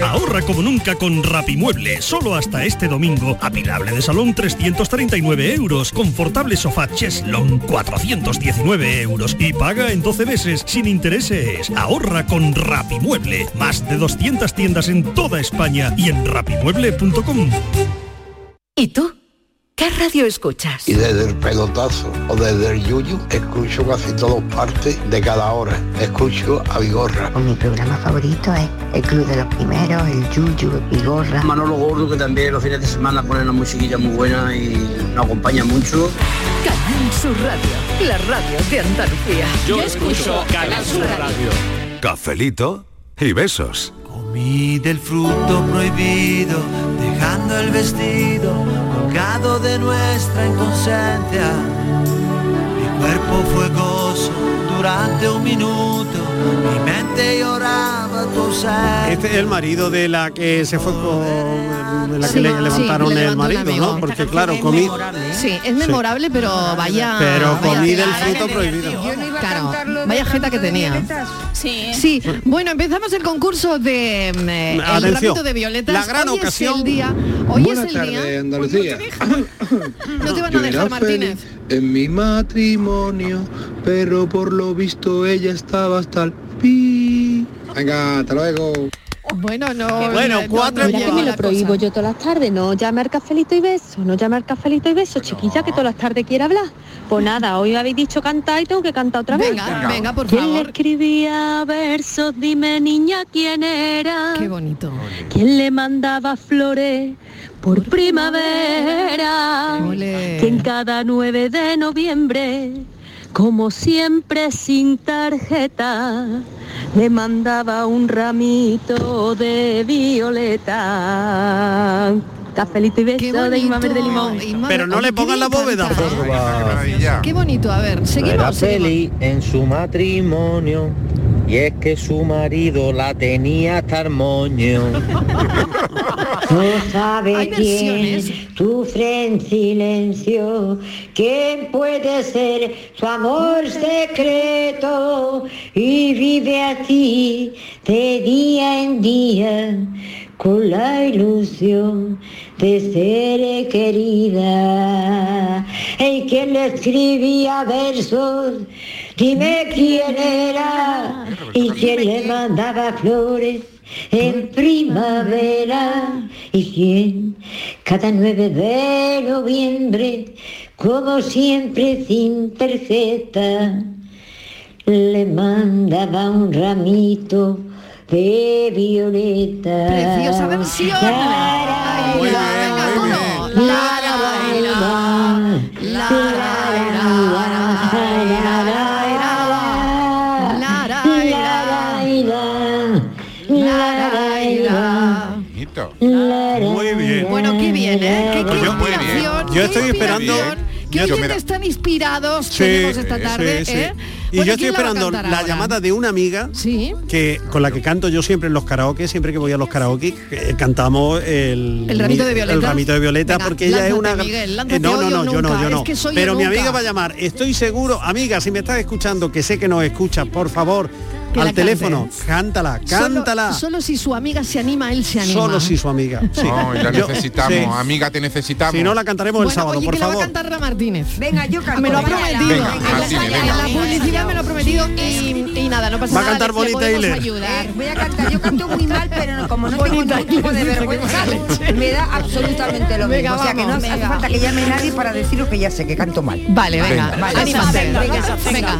Speaker 24: Ahorra como nunca con Rapimueble, solo hasta este domingo. Apilable de salón 339 euros, confortable sofá Cheslon 419 euros y paga en 12 meses sin intereses. Ahorra con Rapimueble, más de 200 tiendas en toda España y en rapimueble.com.
Speaker 25: ¿Y tú? ¿Qué radio escuchas?
Speaker 26: Y desde el pelotazo o desde el yuyu escucho casi todas partes de cada hora. Escucho a Vigorra.
Speaker 27: Mi programa favorito es El Club de los Primeros, El Yuyu, Vigorra.
Speaker 28: Manolo Gordo, que también los fines de semana pone una musiquilla muy buena y nos acompaña mucho.
Speaker 25: Canal Sur Radio, la radio de Andalucía.
Speaker 3: Yo escucho Canal Sur Radio.
Speaker 1: Cafelito y besos.
Speaker 10: Comí del fruto prohibido, dejando el vestido colgado de nuestra inconsciencia. Mi cuerpo fue gozo durante un minuto, mi mente lloraba tu ser.
Speaker 6: Este es el marido de la que se fue con de la que
Speaker 4: Sí,
Speaker 6: le
Speaker 4: sí,
Speaker 6: levantaron
Speaker 4: le
Speaker 6: el
Speaker 4: levantó un
Speaker 6: marido,
Speaker 4: amigo.
Speaker 6: ¿no? Porque claro, comí
Speaker 4: Sí, es memorable, pero vaya.
Speaker 6: pero
Speaker 4: vaya
Speaker 6: comí del
Speaker 4: tirada que
Speaker 6: fruto
Speaker 4: tenía,
Speaker 6: prohibido.
Speaker 4: tío. Claro, vaya jeta que tenía. Sí. Bueno, empezamos el concurso de eh, el
Speaker 24: Atención.
Speaker 4: ramito de violetas.
Speaker 24: La gran
Speaker 4: Hoy es
Speaker 24: ocasión.
Speaker 4: el día. Hoy
Speaker 24: Buenas
Speaker 4: es el
Speaker 24: tardes,
Speaker 4: día.
Speaker 24: Andalucía.
Speaker 4: No te van
Speaker 24: Yo
Speaker 4: a
Speaker 24: era
Speaker 4: dejar, Martínez.
Speaker 24: feliz En mi matrimonio, pero por lo visto ella estaba hasta el pi. Venga, hasta luego.
Speaker 4: Bueno, no.
Speaker 24: Bueno,
Speaker 4: no,
Speaker 24: cuatro
Speaker 4: no, ya
Speaker 24: en punto.
Speaker 4: va
Speaker 25: me lo
Speaker 4: la
Speaker 25: prohíbo yo todas las tardes, no llamar cafelito y beso, no llamar cafelito y beso, chiquilla que todas las tardes quiere hablar. Pues nada, hoy me habéis dicho cantar y tengo que cantar otra vez.
Speaker 4: Venga, Venga. venga, por
Speaker 25: ¿Quién
Speaker 4: favor.
Speaker 25: le escribía versos? Dime niña quién era. Qué
Speaker 4: bonito.
Speaker 25: ¿Quién le mandaba flores por primavera? Que en cada 9 de noviembre, como siempre sin tarjeta, le mandaba un ramito de violeta. Cafelito y
Speaker 4: Qué
Speaker 25: beso de Inma
Speaker 4: bonito,
Speaker 25: Verde Limón.
Speaker 4: Inma
Speaker 6: Pero no
Speaker 4: Verde-
Speaker 6: le pongan la bóveda.
Speaker 4: Qué bonito, a ver,
Speaker 2: era
Speaker 4: seguimos. seguimos.
Speaker 2: feliz en su matrimonio y es que su marido la tenía hasta el moño.
Speaker 22: No sabe
Speaker 2: Hay
Speaker 22: quién
Speaker 2: versiones.
Speaker 22: sufre en silencio, quién puede ser su amor secreto y vive así de día en día con la ilusión de ser querida. ¿Y quién le escribía versos? Dime quién era y quién le mandaba flores en primavera y quién cada 9 de noviembre, como siempre sin tarjeta, le mandaba un ramito de violeta.
Speaker 4: Preciosa versión.
Speaker 22: Ay,
Speaker 4: Muy bien, muy bien.
Speaker 6: Muy bien.
Speaker 4: Bueno, qué bien, ¿eh? Qué,
Speaker 6: Pues
Speaker 4: qué
Speaker 6: yo-
Speaker 4: inspiración.
Speaker 6: yo estoy
Speaker 4: qué
Speaker 6: esperando-
Speaker 4: inspiración. Qué
Speaker 6: yo-
Speaker 4: oyentes
Speaker 6: mira.
Speaker 4: están inspirados
Speaker 6: Sí,
Speaker 4: tenemos esta
Speaker 6: sí,
Speaker 4: tarde,
Speaker 6: sí.
Speaker 4: ¿eh?
Speaker 6: Y
Speaker 4: Bueno,
Speaker 6: yo estoy
Speaker 4: ¿quién va a
Speaker 6: esperando la,
Speaker 4: cantar ahora?
Speaker 6: llamada de una amiga
Speaker 4: Sí.
Speaker 6: que con la que canto yo siempre en los karaoke, siempre que voy a los karaoke, eh, cantamos el,
Speaker 4: El ramito de violeta.
Speaker 6: el ramito de violeta,
Speaker 4: Venga,
Speaker 6: porque ella es
Speaker 4: lánzate,
Speaker 6: una
Speaker 4: Miguel, lánzate
Speaker 6: Eh, no,
Speaker 4: hoy
Speaker 6: no,
Speaker 4: o
Speaker 6: no, yo
Speaker 4: nunca.
Speaker 6: no, yo
Speaker 4: Es
Speaker 6: no.
Speaker 4: que soy o
Speaker 6: Pero mi
Speaker 4: nunca.
Speaker 6: amiga va a llamar, estoy seguro, amiga, si me estás escuchando, que sé que nos escuchas, por favor,
Speaker 4: Que la
Speaker 6: al teléfono,
Speaker 4: cantes.
Speaker 6: cántala,
Speaker 4: Solo-
Speaker 6: cántala.
Speaker 4: Solo, si su amiga se anima, él se anima.
Speaker 6: Solo si su amiga. sí.
Speaker 7: No, y la
Speaker 6: Yo-
Speaker 7: necesitamos,
Speaker 6: sí.
Speaker 7: amiga, te necesitamos.
Speaker 6: Si no, la cantaremos el sábado,
Speaker 4: Oye,
Speaker 6: por
Speaker 4: que la va
Speaker 6: favor.
Speaker 4: a cantar Ra Martínez.
Speaker 9: Venga, yo canto.
Speaker 4: Me lo ha
Speaker 9: Venga,
Speaker 4: prometido.
Speaker 7: venga,
Speaker 4: En la-
Speaker 7: Martínez,
Speaker 4: en
Speaker 7: venga.
Speaker 4: la publicidad me lo ha prometido y, y nada, no pasa
Speaker 6: Va a
Speaker 4: nada.
Speaker 6: cantar
Speaker 4: le- ¿eh? le
Speaker 6: Bonita
Speaker 4: podemos
Speaker 6: Iler.
Speaker 4: ayudar.
Speaker 9: Voy a cantar, yo canto muy mal, pero no- como no tengo
Speaker 4: Bonita
Speaker 9: ningún tipo de
Speaker 4: Iler,
Speaker 9: vergüenza, me da absolutamente lo mismo.
Speaker 4: Venga,
Speaker 9: o sea que no
Speaker 4: vamos,
Speaker 9: hace
Speaker 4: venga.
Speaker 9: falta que llame nadie para deciros que ya sé que canto mal.
Speaker 4: Vale, venga,
Speaker 9: Vale,
Speaker 4: venga, anímate, venga, venga.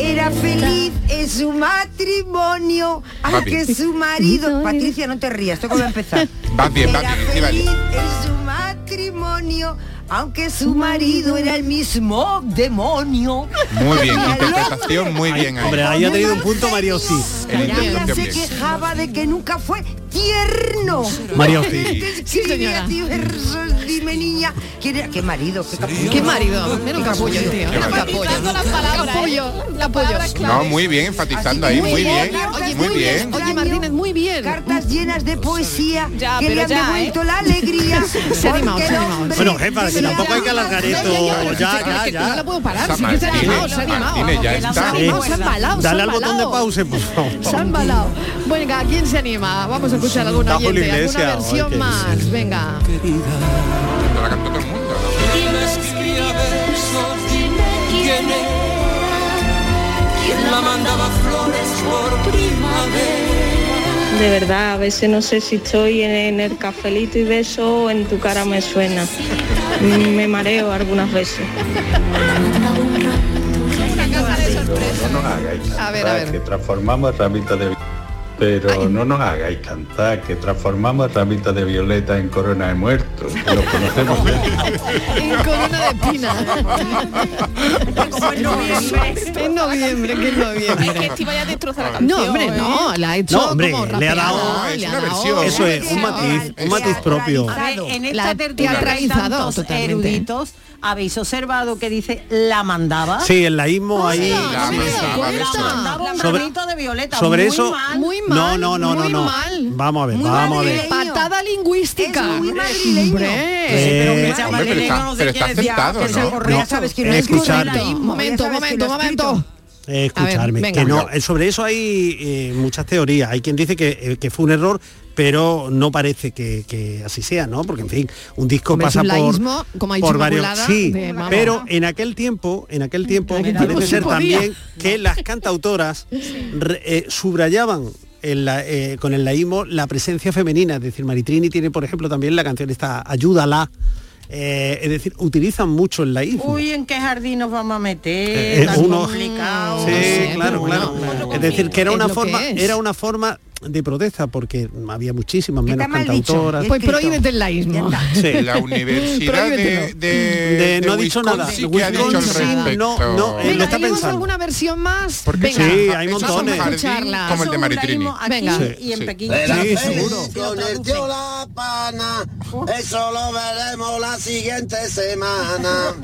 Speaker 9: Era feliz en su matrimonio,
Speaker 7: Papi.
Speaker 9: aunque su marido... Patricia, no te rías, tengo que empezar.
Speaker 7: Vas bien, vas
Speaker 9: Era
Speaker 7: bien, iba
Speaker 9: feliz
Speaker 7: bien.
Speaker 9: en su matrimonio, aunque su marido era el mismo demonio.
Speaker 7: Muy bien, interpretación muy bien. ahí.
Speaker 6: Hombre, ahí ha tenido un punto Mario sí.
Speaker 7: En
Speaker 9: Ella
Speaker 7: interpretación
Speaker 9: se
Speaker 7: bien.
Speaker 9: quejaba de que nunca fue tierno. Este
Speaker 6: María Ortiz.
Speaker 9: Sí, señora. Dime niña, ¿quién era? ¿Qué marido? ¿Qué capullo?
Speaker 4: ¿Qué marido? Menos capullo, ¿eh? tío. Menos capullo.
Speaker 9: ¿eh?
Speaker 4: Capullo, capullo.
Speaker 7: No, muy bien, enfatizando ahí, muy bien,
Speaker 4: Oye,
Speaker 7: muy bien.
Speaker 4: Oye, Martínez, muy bien.
Speaker 9: Cartas llenas de poesía
Speaker 4: Ya,
Speaker 9: que
Speaker 4: pero
Speaker 9: le han
Speaker 4: ya, ¿eh?
Speaker 9: devuelto la alegría.
Speaker 4: Se ha animado,
Speaker 9: porque
Speaker 4: se ha
Speaker 9: el
Speaker 4: animado.
Speaker 9: hombre
Speaker 6: Bueno, jefa, que
Speaker 9: se
Speaker 6: tampoco hay
Speaker 9: llama-
Speaker 6: que alargar
Speaker 9: Ya,
Speaker 6: esto.
Speaker 9: ya, ya,
Speaker 6: Ya,
Speaker 4: Es
Speaker 6: ya,
Speaker 4: que yo no
Speaker 6: ya.
Speaker 4: la puedo parar,
Speaker 7: San
Speaker 4: sí que se ha
Speaker 7: Martínez,
Speaker 4: animado, se ha animado.
Speaker 7: Martínez, ya
Speaker 4: Se ha
Speaker 7: está.
Speaker 4: animado, se ha embalado, se ha
Speaker 6: Dale al botón de
Speaker 4: embalado.
Speaker 6: pause, por favor.
Speaker 4: Se ha embalado. Venga, ¿quién se anima? Vamos a escuchar alguna
Speaker 6: Bajo la
Speaker 4: oyente, alguna
Speaker 6: iglesia,
Speaker 4: versión
Speaker 6: oye.
Speaker 4: más. Venga.
Speaker 7: Esto la cantó todo el mundo.
Speaker 18: ¿Quién escribía versos? Dime quién era. ¿Quién la mandaba flores por primavera?
Speaker 25: De verdad, a veces no sé si estoy en el cafelito y beso o en tu cara me suena. Me mareo algunas veces.
Speaker 5: No nos hagáis cantar,
Speaker 4: A ver, a ver.
Speaker 5: que transformamos el ramito de violeta. Pero no nos hagáis cantar, que transformamos el ramito de violeta en corona de muertos. que Lo conocemos ya.
Speaker 4: En corona de pina. en noviembre. En noviembre, que en
Speaker 8: Es que
Speaker 4: noviembre.
Speaker 8: Estiva ya destrozó la canción.
Speaker 4: No, hombre, ¿eh? no, la ha hecho
Speaker 6: No, hombre,
Speaker 4: como
Speaker 6: le ha
Speaker 4: rapeada,
Speaker 6: dado-
Speaker 4: le
Speaker 6: es
Speaker 4: ha
Speaker 6: una
Speaker 4: dado-
Speaker 6: versión. Eso es, un matiz, un matiz propio.
Speaker 11: A ver, en
Speaker 4: La
Speaker 11: esta tertulia que hay
Speaker 4: teatralizado,
Speaker 11: tantos
Speaker 4: totalmente.
Speaker 11: eruditos, habéis observado que dice la mandaba.
Speaker 6: Sí, el laísmo ahí.
Speaker 7: La mandaba
Speaker 11: La
Speaker 7: besos.
Speaker 11: mandaba un
Speaker 6: Sobre-
Speaker 11: ramito de violeta.
Speaker 6: sobre
Speaker 11: muy
Speaker 6: eso-
Speaker 11: mal.
Speaker 4: Muy mal,
Speaker 6: No, no, no, no,
Speaker 4: muy
Speaker 6: no.
Speaker 4: mal.
Speaker 6: Vamos a ver, vamos a ver.
Speaker 4: Patada lingüística. Hombre.
Speaker 6: Eh,
Speaker 7: Hombre, pero está, pero está aceptado, ¿no?
Speaker 9: Ya sabes que no es
Speaker 6: Escuchadme.
Speaker 9: correcto.
Speaker 4: Momento,
Speaker 9: Ya sabes que
Speaker 4: momento,
Speaker 9: lo he
Speaker 4: momento.
Speaker 6: Eh,
Speaker 4: A ver,
Speaker 6: escucharme,
Speaker 4: venga.
Speaker 6: que no, eh, sobre eso hay eh, muchas teorías. Hay quien dice que, eh, que fue un error, pero no parece que, que así sea, ¿no? Porque en fin, un disco
Speaker 4: Hombre, es
Speaker 6: pasa
Speaker 4: un
Speaker 6: por,
Speaker 4: laísmo, como ha dicho
Speaker 6: por varios.
Speaker 4: Inmaculada,
Speaker 6: Sí,
Speaker 4: de- vamos.
Speaker 6: pero en aquel tiempo, en aquel tiempo
Speaker 4: aquel
Speaker 6: parece
Speaker 4: tiempo se
Speaker 6: ser
Speaker 4: podía.
Speaker 6: también que las cantautoras re- eh, subrayaban. en la- eh, con el laísmo la presencia femenina, es decir, Maritrini tiene, por ejemplo, también la canción esta Ayúdala, eh, es decir, utilizan mucho el laísmo.
Speaker 11: Uy, ¿en qué jardín nos vamos a meter?
Speaker 6: Eh,
Speaker 11: Tan
Speaker 6: uno-
Speaker 11: complicado.
Speaker 4: Pues ¿eh?
Speaker 6: Sí, claro, claro. Es decir, que era
Speaker 11: Es
Speaker 6: una
Speaker 11: lo que
Speaker 6: forma,
Speaker 11: es.
Speaker 6: era una forma de protesta porque había muchísimas menos
Speaker 4: mal dicho,
Speaker 6: cantautoras.
Speaker 4: Pues prohíbete el laísmo.
Speaker 6: Sí.
Speaker 7: La universidad de,
Speaker 6: Prohíbetelo.
Speaker 7: de,
Speaker 6: De- no ha
Speaker 7: de
Speaker 6: dicho nada.
Speaker 7: Wisconsin, ¿qué ha dicho al
Speaker 6: Wisconsin,
Speaker 7: respecto?
Speaker 6: no, no, eh, lo
Speaker 4: Venga,
Speaker 6: está
Speaker 4: ¿tenemos
Speaker 6: pensando.
Speaker 4: alguna versión más?
Speaker 6: Porque
Speaker 4: Venga,
Speaker 6: sí, hay
Speaker 4: vamos a
Speaker 6: montones.
Speaker 4: escucharla.
Speaker 7: Como el de Maritrini.
Speaker 4: Venga.
Speaker 29: y en Pekín.
Speaker 6: Sí, seguro.
Speaker 12: Con el tío La Pana, eso lo veremos la siguiente semana.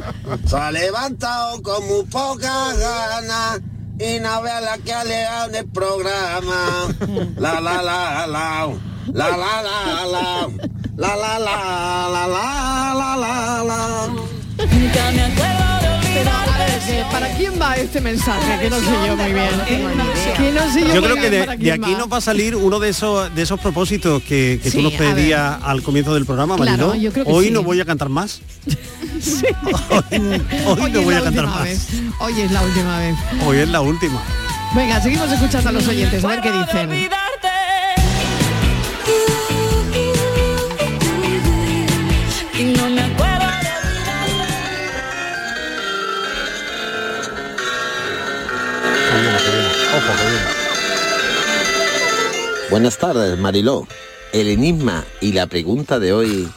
Speaker 12: Se ha levantado con muy poca ganas y no vea la que ha leado en el programa. La la la la, la la la la, la la la la la la la la.
Speaker 4: Nunca me acuerdo de olvidar ese- ¿Para quién va este mensaje? Que no sé yo muy bien. Que no sé yo
Speaker 6: Yo
Speaker 4: muy
Speaker 6: creo que
Speaker 4: bien
Speaker 6: de,
Speaker 4: para
Speaker 6: de
Speaker 4: quién
Speaker 6: aquí
Speaker 4: va.
Speaker 6: nos va a salir uno de esos de esos propósitos que, que
Speaker 4: Sí,
Speaker 6: tú nos
Speaker 4: a ver.
Speaker 6: pedías al comienzo del programa,
Speaker 4: Claro,
Speaker 6: Mariló.
Speaker 4: yo creo que
Speaker 6: Hoy
Speaker 4: sí.
Speaker 6: no voy a cantar más.
Speaker 4: Sí.
Speaker 6: Hoy, no
Speaker 4: es
Speaker 6: voy
Speaker 4: la
Speaker 6: a cantar
Speaker 4: última
Speaker 6: más.
Speaker 4: vez. Hoy es la última vez.
Speaker 6: Hoy es la última.
Speaker 4: Venga, seguimos escuchando a los oyentes, a ver qué dicen.
Speaker 10: Y no me acuerdo
Speaker 12: Buenas tardes, Mariló. El enigma y la pregunta de hoy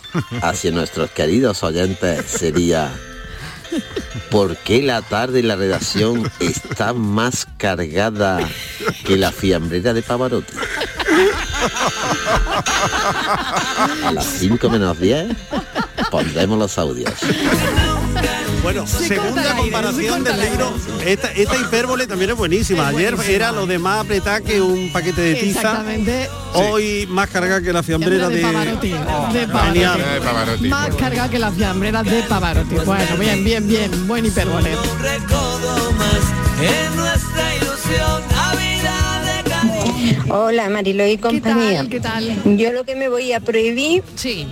Speaker 12: hacia nuestros queridos oyentes sería ¿Por qué la tarde en la redacción está más cargada que la fiambrera de Pavarotti? A las 5 menos 10 pondremos los audios.
Speaker 6: Bueno, segunda comparación del libro. Esta, esta hipérbole también es buenísima. Ayer era lo de más apretar que un paquete de tiza.
Speaker 4: Exactamente.
Speaker 6: Hoy más carga que la fiambrera
Speaker 4: Fiambrera de
Speaker 6: de...
Speaker 4: Pavarotti. Ah, De Pavarotti.
Speaker 6: Genial.
Speaker 4: Más carga que las fiambreras de Pavarotti. Bueno, bien, bien, bien. Buen hipérbole.
Speaker 10: recodo más en nuestra ilusión a vida de
Speaker 22: Hola Marilo y compañía. Yo lo que me voy a prohibir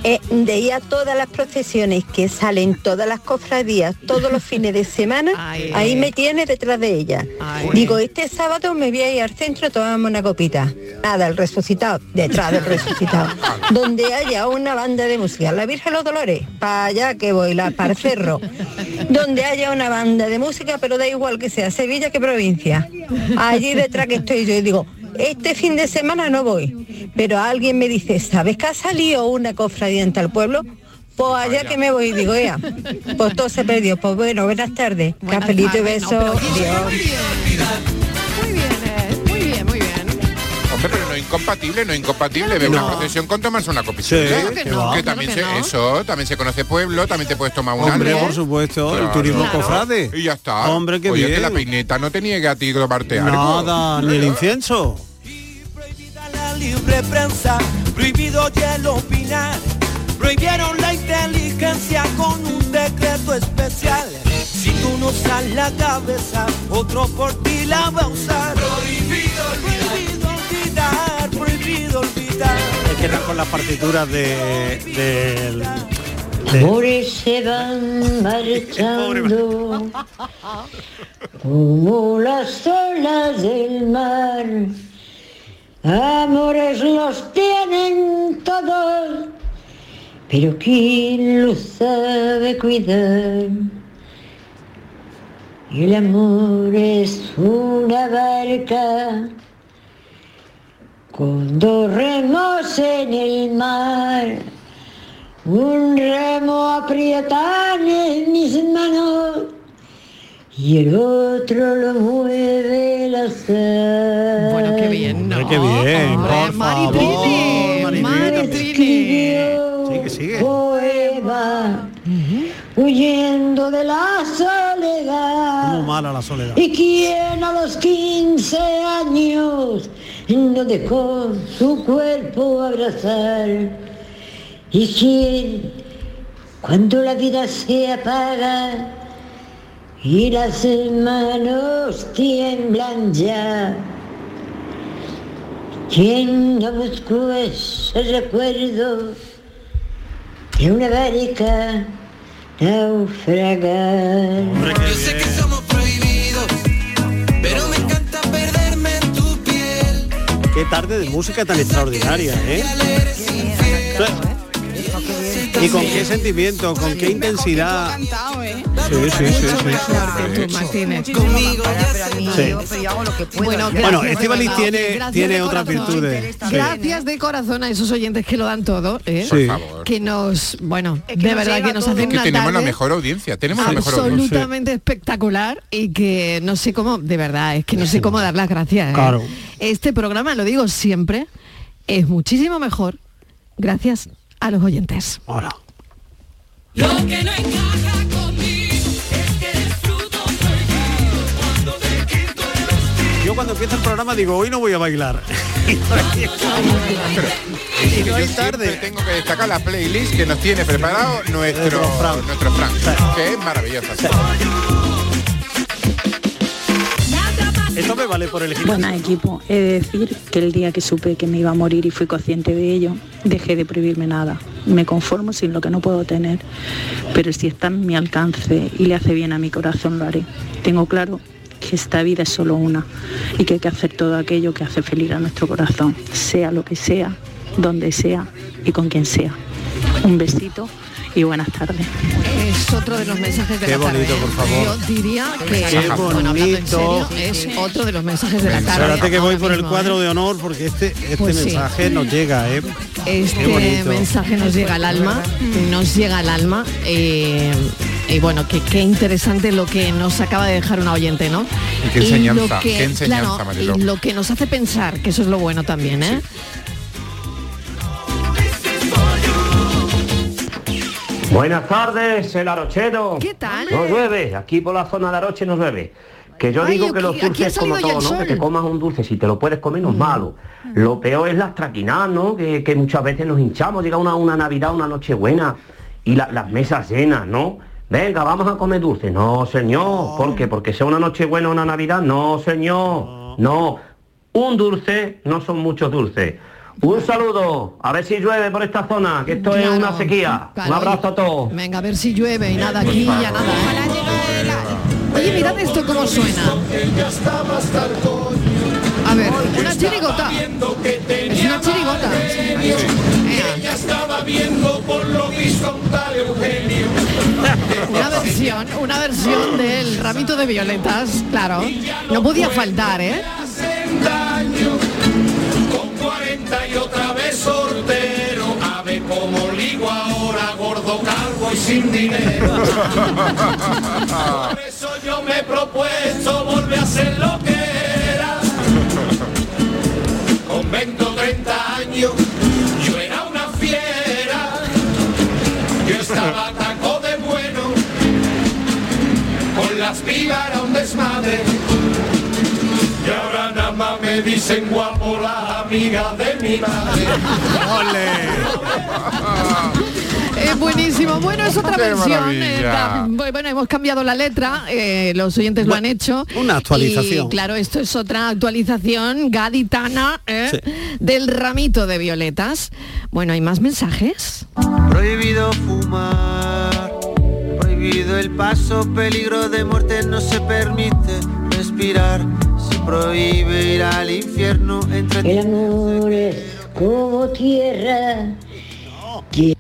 Speaker 22: es de ir a todas las procesiones que salen, todas las cofradías, todos los fines de semana,
Speaker 9: eh.
Speaker 22: ahí me tiene detrás de ella. Digo, este sábado me voy a ir al centro, tomamos una copita. Nada, el resucitado, detrás del resucitado. Donde haya una banda de música, la Virgen de los Dolores, para allá que voy, la para el cerro. Donde haya una banda de música, pero da igual que sea Sevilla que provincia. Allí detrás que estoy yo y digo, este fin de semana no voy, pero alguien me dice, ¿sabes que ha salido una cofradía en tal pueblo? Pues allá que me voy, digo, ea, pues todo se perdió. Pues bueno, buenas tardes, cafelito y
Speaker 4: tardes, no, pero
Speaker 22: besos.
Speaker 4: oye,
Speaker 22: Adiós.
Speaker 4: Muy bien, muy bien.
Speaker 7: Hombre, pero no es incompatible, no es incompatible ver una procesión con tomarse una copita.
Speaker 6: Sí, Claro que no, claro
Speaker 7: también
Speaker 6: que
Speaker 7: se,
Speaker 6: no.
Speaker 7: eso, también se conoce pueblo, también te puedes tomar un
Speaker 6: Hombre, por supuesto, el turismo cofrade.
Speaker 7: Y ya está.
Speaker 6: Hombre, qué
Speaker 7: Oye, que
Speaker 6: bien.
Speaker 7: la peineta no te niegue a ti tomarte algo.
Speaker 6: Nada, ni el incienso.
Speaker 10: la libre prensa, prohibido y el opinar. Prohibieron la inteligencia con un decreto especial. Si tú no usas la cabeza, otro por ti la va a usar. Prohibido olvidar, prohibido olvidar.
Speaker 6: Es que están con las partituras de... del-
Speaker 22: Amores se van marchando como las olas del mar. Amores los tienen todos, pero ¿quién los sabe cuidar? El amor es una barca con dos remos en el mar. Un remo aprietan en mis manos y el otro lo mueve el azar. Bueno, qué bien,
Speaker 6: Hombre, qué bien, por
Speaker 22: Mari
Speaker 6: favor. Mari
Speaker 22: Escribió
Speaker 6: Sigue, sigue.
Speaker 22: poema huyendo de la soledad.
Speaker 6: Muy mala la soledad.
Speaker 22: Y quien a los 15 años no dejó su cuerpo abrazar. Y quien cuando la vida se apaga y las manos tiemblan ya. Quien no buscó ese recuerdo de una barrica naufragar.
Speaker 10: Yo sé que somos prohibidos, pero me encanta perderme en tu piel.
Speaker 6: Qué tarde de música tan extraordinaria, ¿eh?
Speaker 10: Eres infiel.
Speaker 6: Claro.
Speaker 10: Yo sé
Speaker 6: ¿Y con qué sentimiento? ¿Con qué intensidad?
Speaker 30: Cantado, ¿eh?
Speaker 6: Sí, sí, sí, sí, sí.
Speaker 30: Conmigo
Speaker 6: Sí.
Speaker 4: Bueno,
Speaker 6: Bueno,
Speaker 4: gracias,
Speaker 6: Estivalis
Speaker 4: Esteban.
Speaker 6: tiene,
Speaker 4: Gracias
Speaker 6: tiene
Speaker 4: de
Speaker 6: otras
Speaker 4: corazón.
Speaker 6: virtudes. Sí.
Speaker 4: Gracias de corazón a esos oyentes que lo dan todo, ¿eh?
Speaker 6: Por favor.
Speaker 4: que nos, bueno, de
Speaker 7: nos
Speaker 4: verdad
Speaker 7: llega
Speaker 4: que nos
Speaker 7: todo.
Speaker 4: hacen
Speaker 7: Es que
Speaker 4: una
Speaker 7: tenemos la
Speaker 4: tarde
Speaker 7: mejor audiencia, tenemos la mejor audiencia.
Speaker 4: absolutamente espectacular y que no sé cómo, de verdad, es que no sé cómo dar las gracias. ¿eh?
Speaker 7: Claro.
Speaker 4: Este programa, lo digo siempre, es muchísimo mejor gracias a los oyentes.
Speaker 10: Lo que no encaja conmigo es que eres fruto prohibido cuando te quito
Speaker 6: Yo cuando empieza el programa digo, hoy no voy a bailar.
Speaker 7: Y yo siempre tengo que destacar la playlist que nos tiene preparado nuestro Frank, nuestro Frank que es maravillosa.
Speaker 6: Esto me vale por el
Speaker 14: Buenas equipo, he de decir que el día que supe que me iba a morir y fui consciente de ello, dejé de prohibirme nada. Me conformo sin lo que no puedo tener, pero si está en mi alcance y le hace bien a mi corazón lo haré. Tengo claro que esta vida es solo una y que hay que hacer todo aquello que hace feliz a nuestro corazón, sea lo que sea, donde sea y con quien sea. Un besito y buenas tardes.
Speaker 4: Es otro de los mensajes de
Speaker 14: Qué
Speaker 4: la tarde.
Speaker 14: bonito,
Speaker 4: ¿eh?
Speaker 14: por favor.
Speaker 4: Yo diría que
Speaker 6: Qué
Speaker 4: bueno, hablando en serio,
Speaker 6: bonito.
Speaker 4: es otro de los mensajes de la tarde.
Speaker 6: Espérate que voy
Speaker 4: ahora
Speaker 6: por el
Speaker 4: mismo,
Speaker 6: cuadro
Speaker 4: ¿eh?
Speaker 6: de honor porque este, este
Speaker 4: Pues sí.
Speaker 6: mensaje nos llega, ¿eh? Qué
Speaker 4: Este
Speaker 6: bonito.
Speaker 4: mensaje nos llega al alma, nos llega al alma. eh, y bueno, que- qué interesante lo que nos acaba de dejar una oyente, ¿no?
Speaker 7: Y qué
Speaker 4: lo
Speaker 7: enseñanza,
Speaker 4: que-
Speaker 7: qué enseñanza,
Speaker 4: claro,
Speaker 7: Mariló.
Speaker 4: y lo que nos hace pensar, que eso es lo bueno también, ¿eh?
Speaker 31: Buenas tardes, el Arochero.
Speaker 4: ¿Qué tal?
Speaker 31: No llueve, aquí por la zona de Aroche no llueve. Que yo
Speaker 4: Ay,
Speaker 31: digo
Speaker 4: aquí-
Speaker 31: que los
Speaker 4: aquí ha
Speaker 31: dulces como
Speaker 4: salido ya el
Speaker 31: todo, ¿no? Que
Speaker 4: sol. Mm.
Speaker 31: te comas un dulce, si te lo puedes comer no es malo. Lo peor es las traquinas, ¿no? Que, que muchas veces nos hinchamos, llega una, una Navidad, una noche buena y la- las mesas llenas, ¿no? Venga, vamos a comer dulce. No, señor. ¿Por qué? Porque sea una noche buena o una Navidad. No, señor. No. Un dulce no son muchos dulces. Un saludo. A ver si llueve por esta zona, que esto es
Speaker 4: Claro,
Speaker 31: una sequía.
Speaker 4: claro.
Speaker 31: Un abrazo a todos.
Speaker 4: Venga, a ver si llueve y nada aquí,
Speaker 7: Pues
Speaker 4: ya nada. ¿eh? Oye, mirad esto cómo suena. A ver, una chirigota. Es una chirigota.
Speaker 10: Ella estaba viendo por lo visto a un tal Eugenio.
Speaker 4: Una versión, una versión del ramito de violetas, claro. No podía faltar, ¿eh?
Speaker 10: Hacen daño con 40 y otra vez sortero. A ver cómo ligo ahora, gordo, calvo y sin dinero. Por eso yo me he propuesto volver a ser lo que era. Con 20 o 30 años yo era una fiera. Yo estaba taco de bueno. Con las pibas era un desmadre. Y ahora nada más me dicen guapo las amigas de mi madre.
Speaker 4: Es buenísimo. Bueno, es otra
Speaker 10: Qué
Speaker 4: versión.
Speaker 10: maravilla.
Speaker 4: eh, da- bueno, hemos cambiado la letra, eh, los oyentes lo han hecho.
Speaker 6: una actualización.
Speaker 4: Y, claro, esto es otra actualización gaditana eh, del ramito de violetas. Bueno, ¿hay más mensajes?
Speaker 32: Prohibido fumar, prohibido el paso, peligro de muerte no se permite respirar, se prohíbe ir al infierno entre
Speaker 22: El amor es como tierra. que-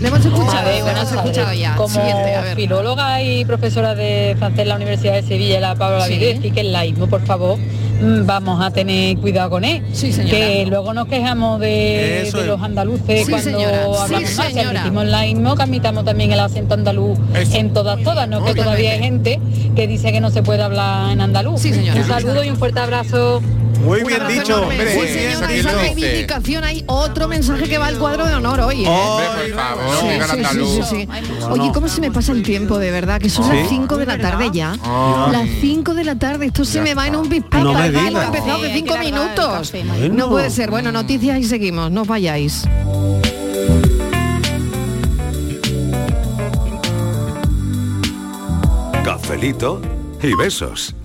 Speaker 4: Le hemos
Speaker 33: A ver,
Speaker 4: escuchado, le
Speaker 33: buenas
Speaker 4: hemos
Speaker 33: tardes.
Speaker 4: escuchado ya.
Speaker 33: Como
Speaker 4: Siguiente, a ver.
Speaker 33: filóloga y profesora de francés en la Universidad de Sevilla, la Paula
Speaker 4: Sí.
Speaker 33: Vido, decir que el laísmo, por favor, mm, vamos a tener cuidado con él. señora. que luego nos quejamos de, Eso Eh, de es. los andaluces Sí, cuando señora. Sí, hablamos mal. Si señora. admitimos el laísmo, que admitamos también el acento andaluz en todas, todas, ¿no? Que todavía hay gente que dice que no se puede hablar en andaluz. Un saludo y un fuerte abrazo.
Speaker 6: Muy
Speaker 33: Un
Speaker 6: bien
Speaker 33: abrazo
Speaker 6: dicho.
Speaker 33: enorme.
Speaker 6: Hombre,
Speaker 33: Sí,
Speaker 6: bien
Speaker 33: señora,
Speaker 6: dicho.
Speaker 4: Esa reivindicación hay otro mensaje que va al cuadro de honor hoy. ¿eh?
Speaker 7: Hombre, por favor,
Speaker 4: Sí,
Speaker 7: venga
Speaker 4: sí,
Speaker 7: la
Speaker 4: sí,
Speaker 7: andaluz.
Speaker 4: sí, sí. Oye, ¿cómo se me pasa el tiempo, de verdad? Que son
Speaker 7: Sí.
Speaker 4: las 5 de la tarde ya.
Speaker 7: Ay.
Speaker 4: Las 5 de la tarde, esto se me va en un pispás.
Speaker 7: No me
Speaker 4: parece que Pues no
Speaker 7: digas.
Speaker 4: ha empezado que 5 minutos. No puede ser. Bueno, noticias y seguimos, no os vayáis.
Speaker 1: Cafelito y besos.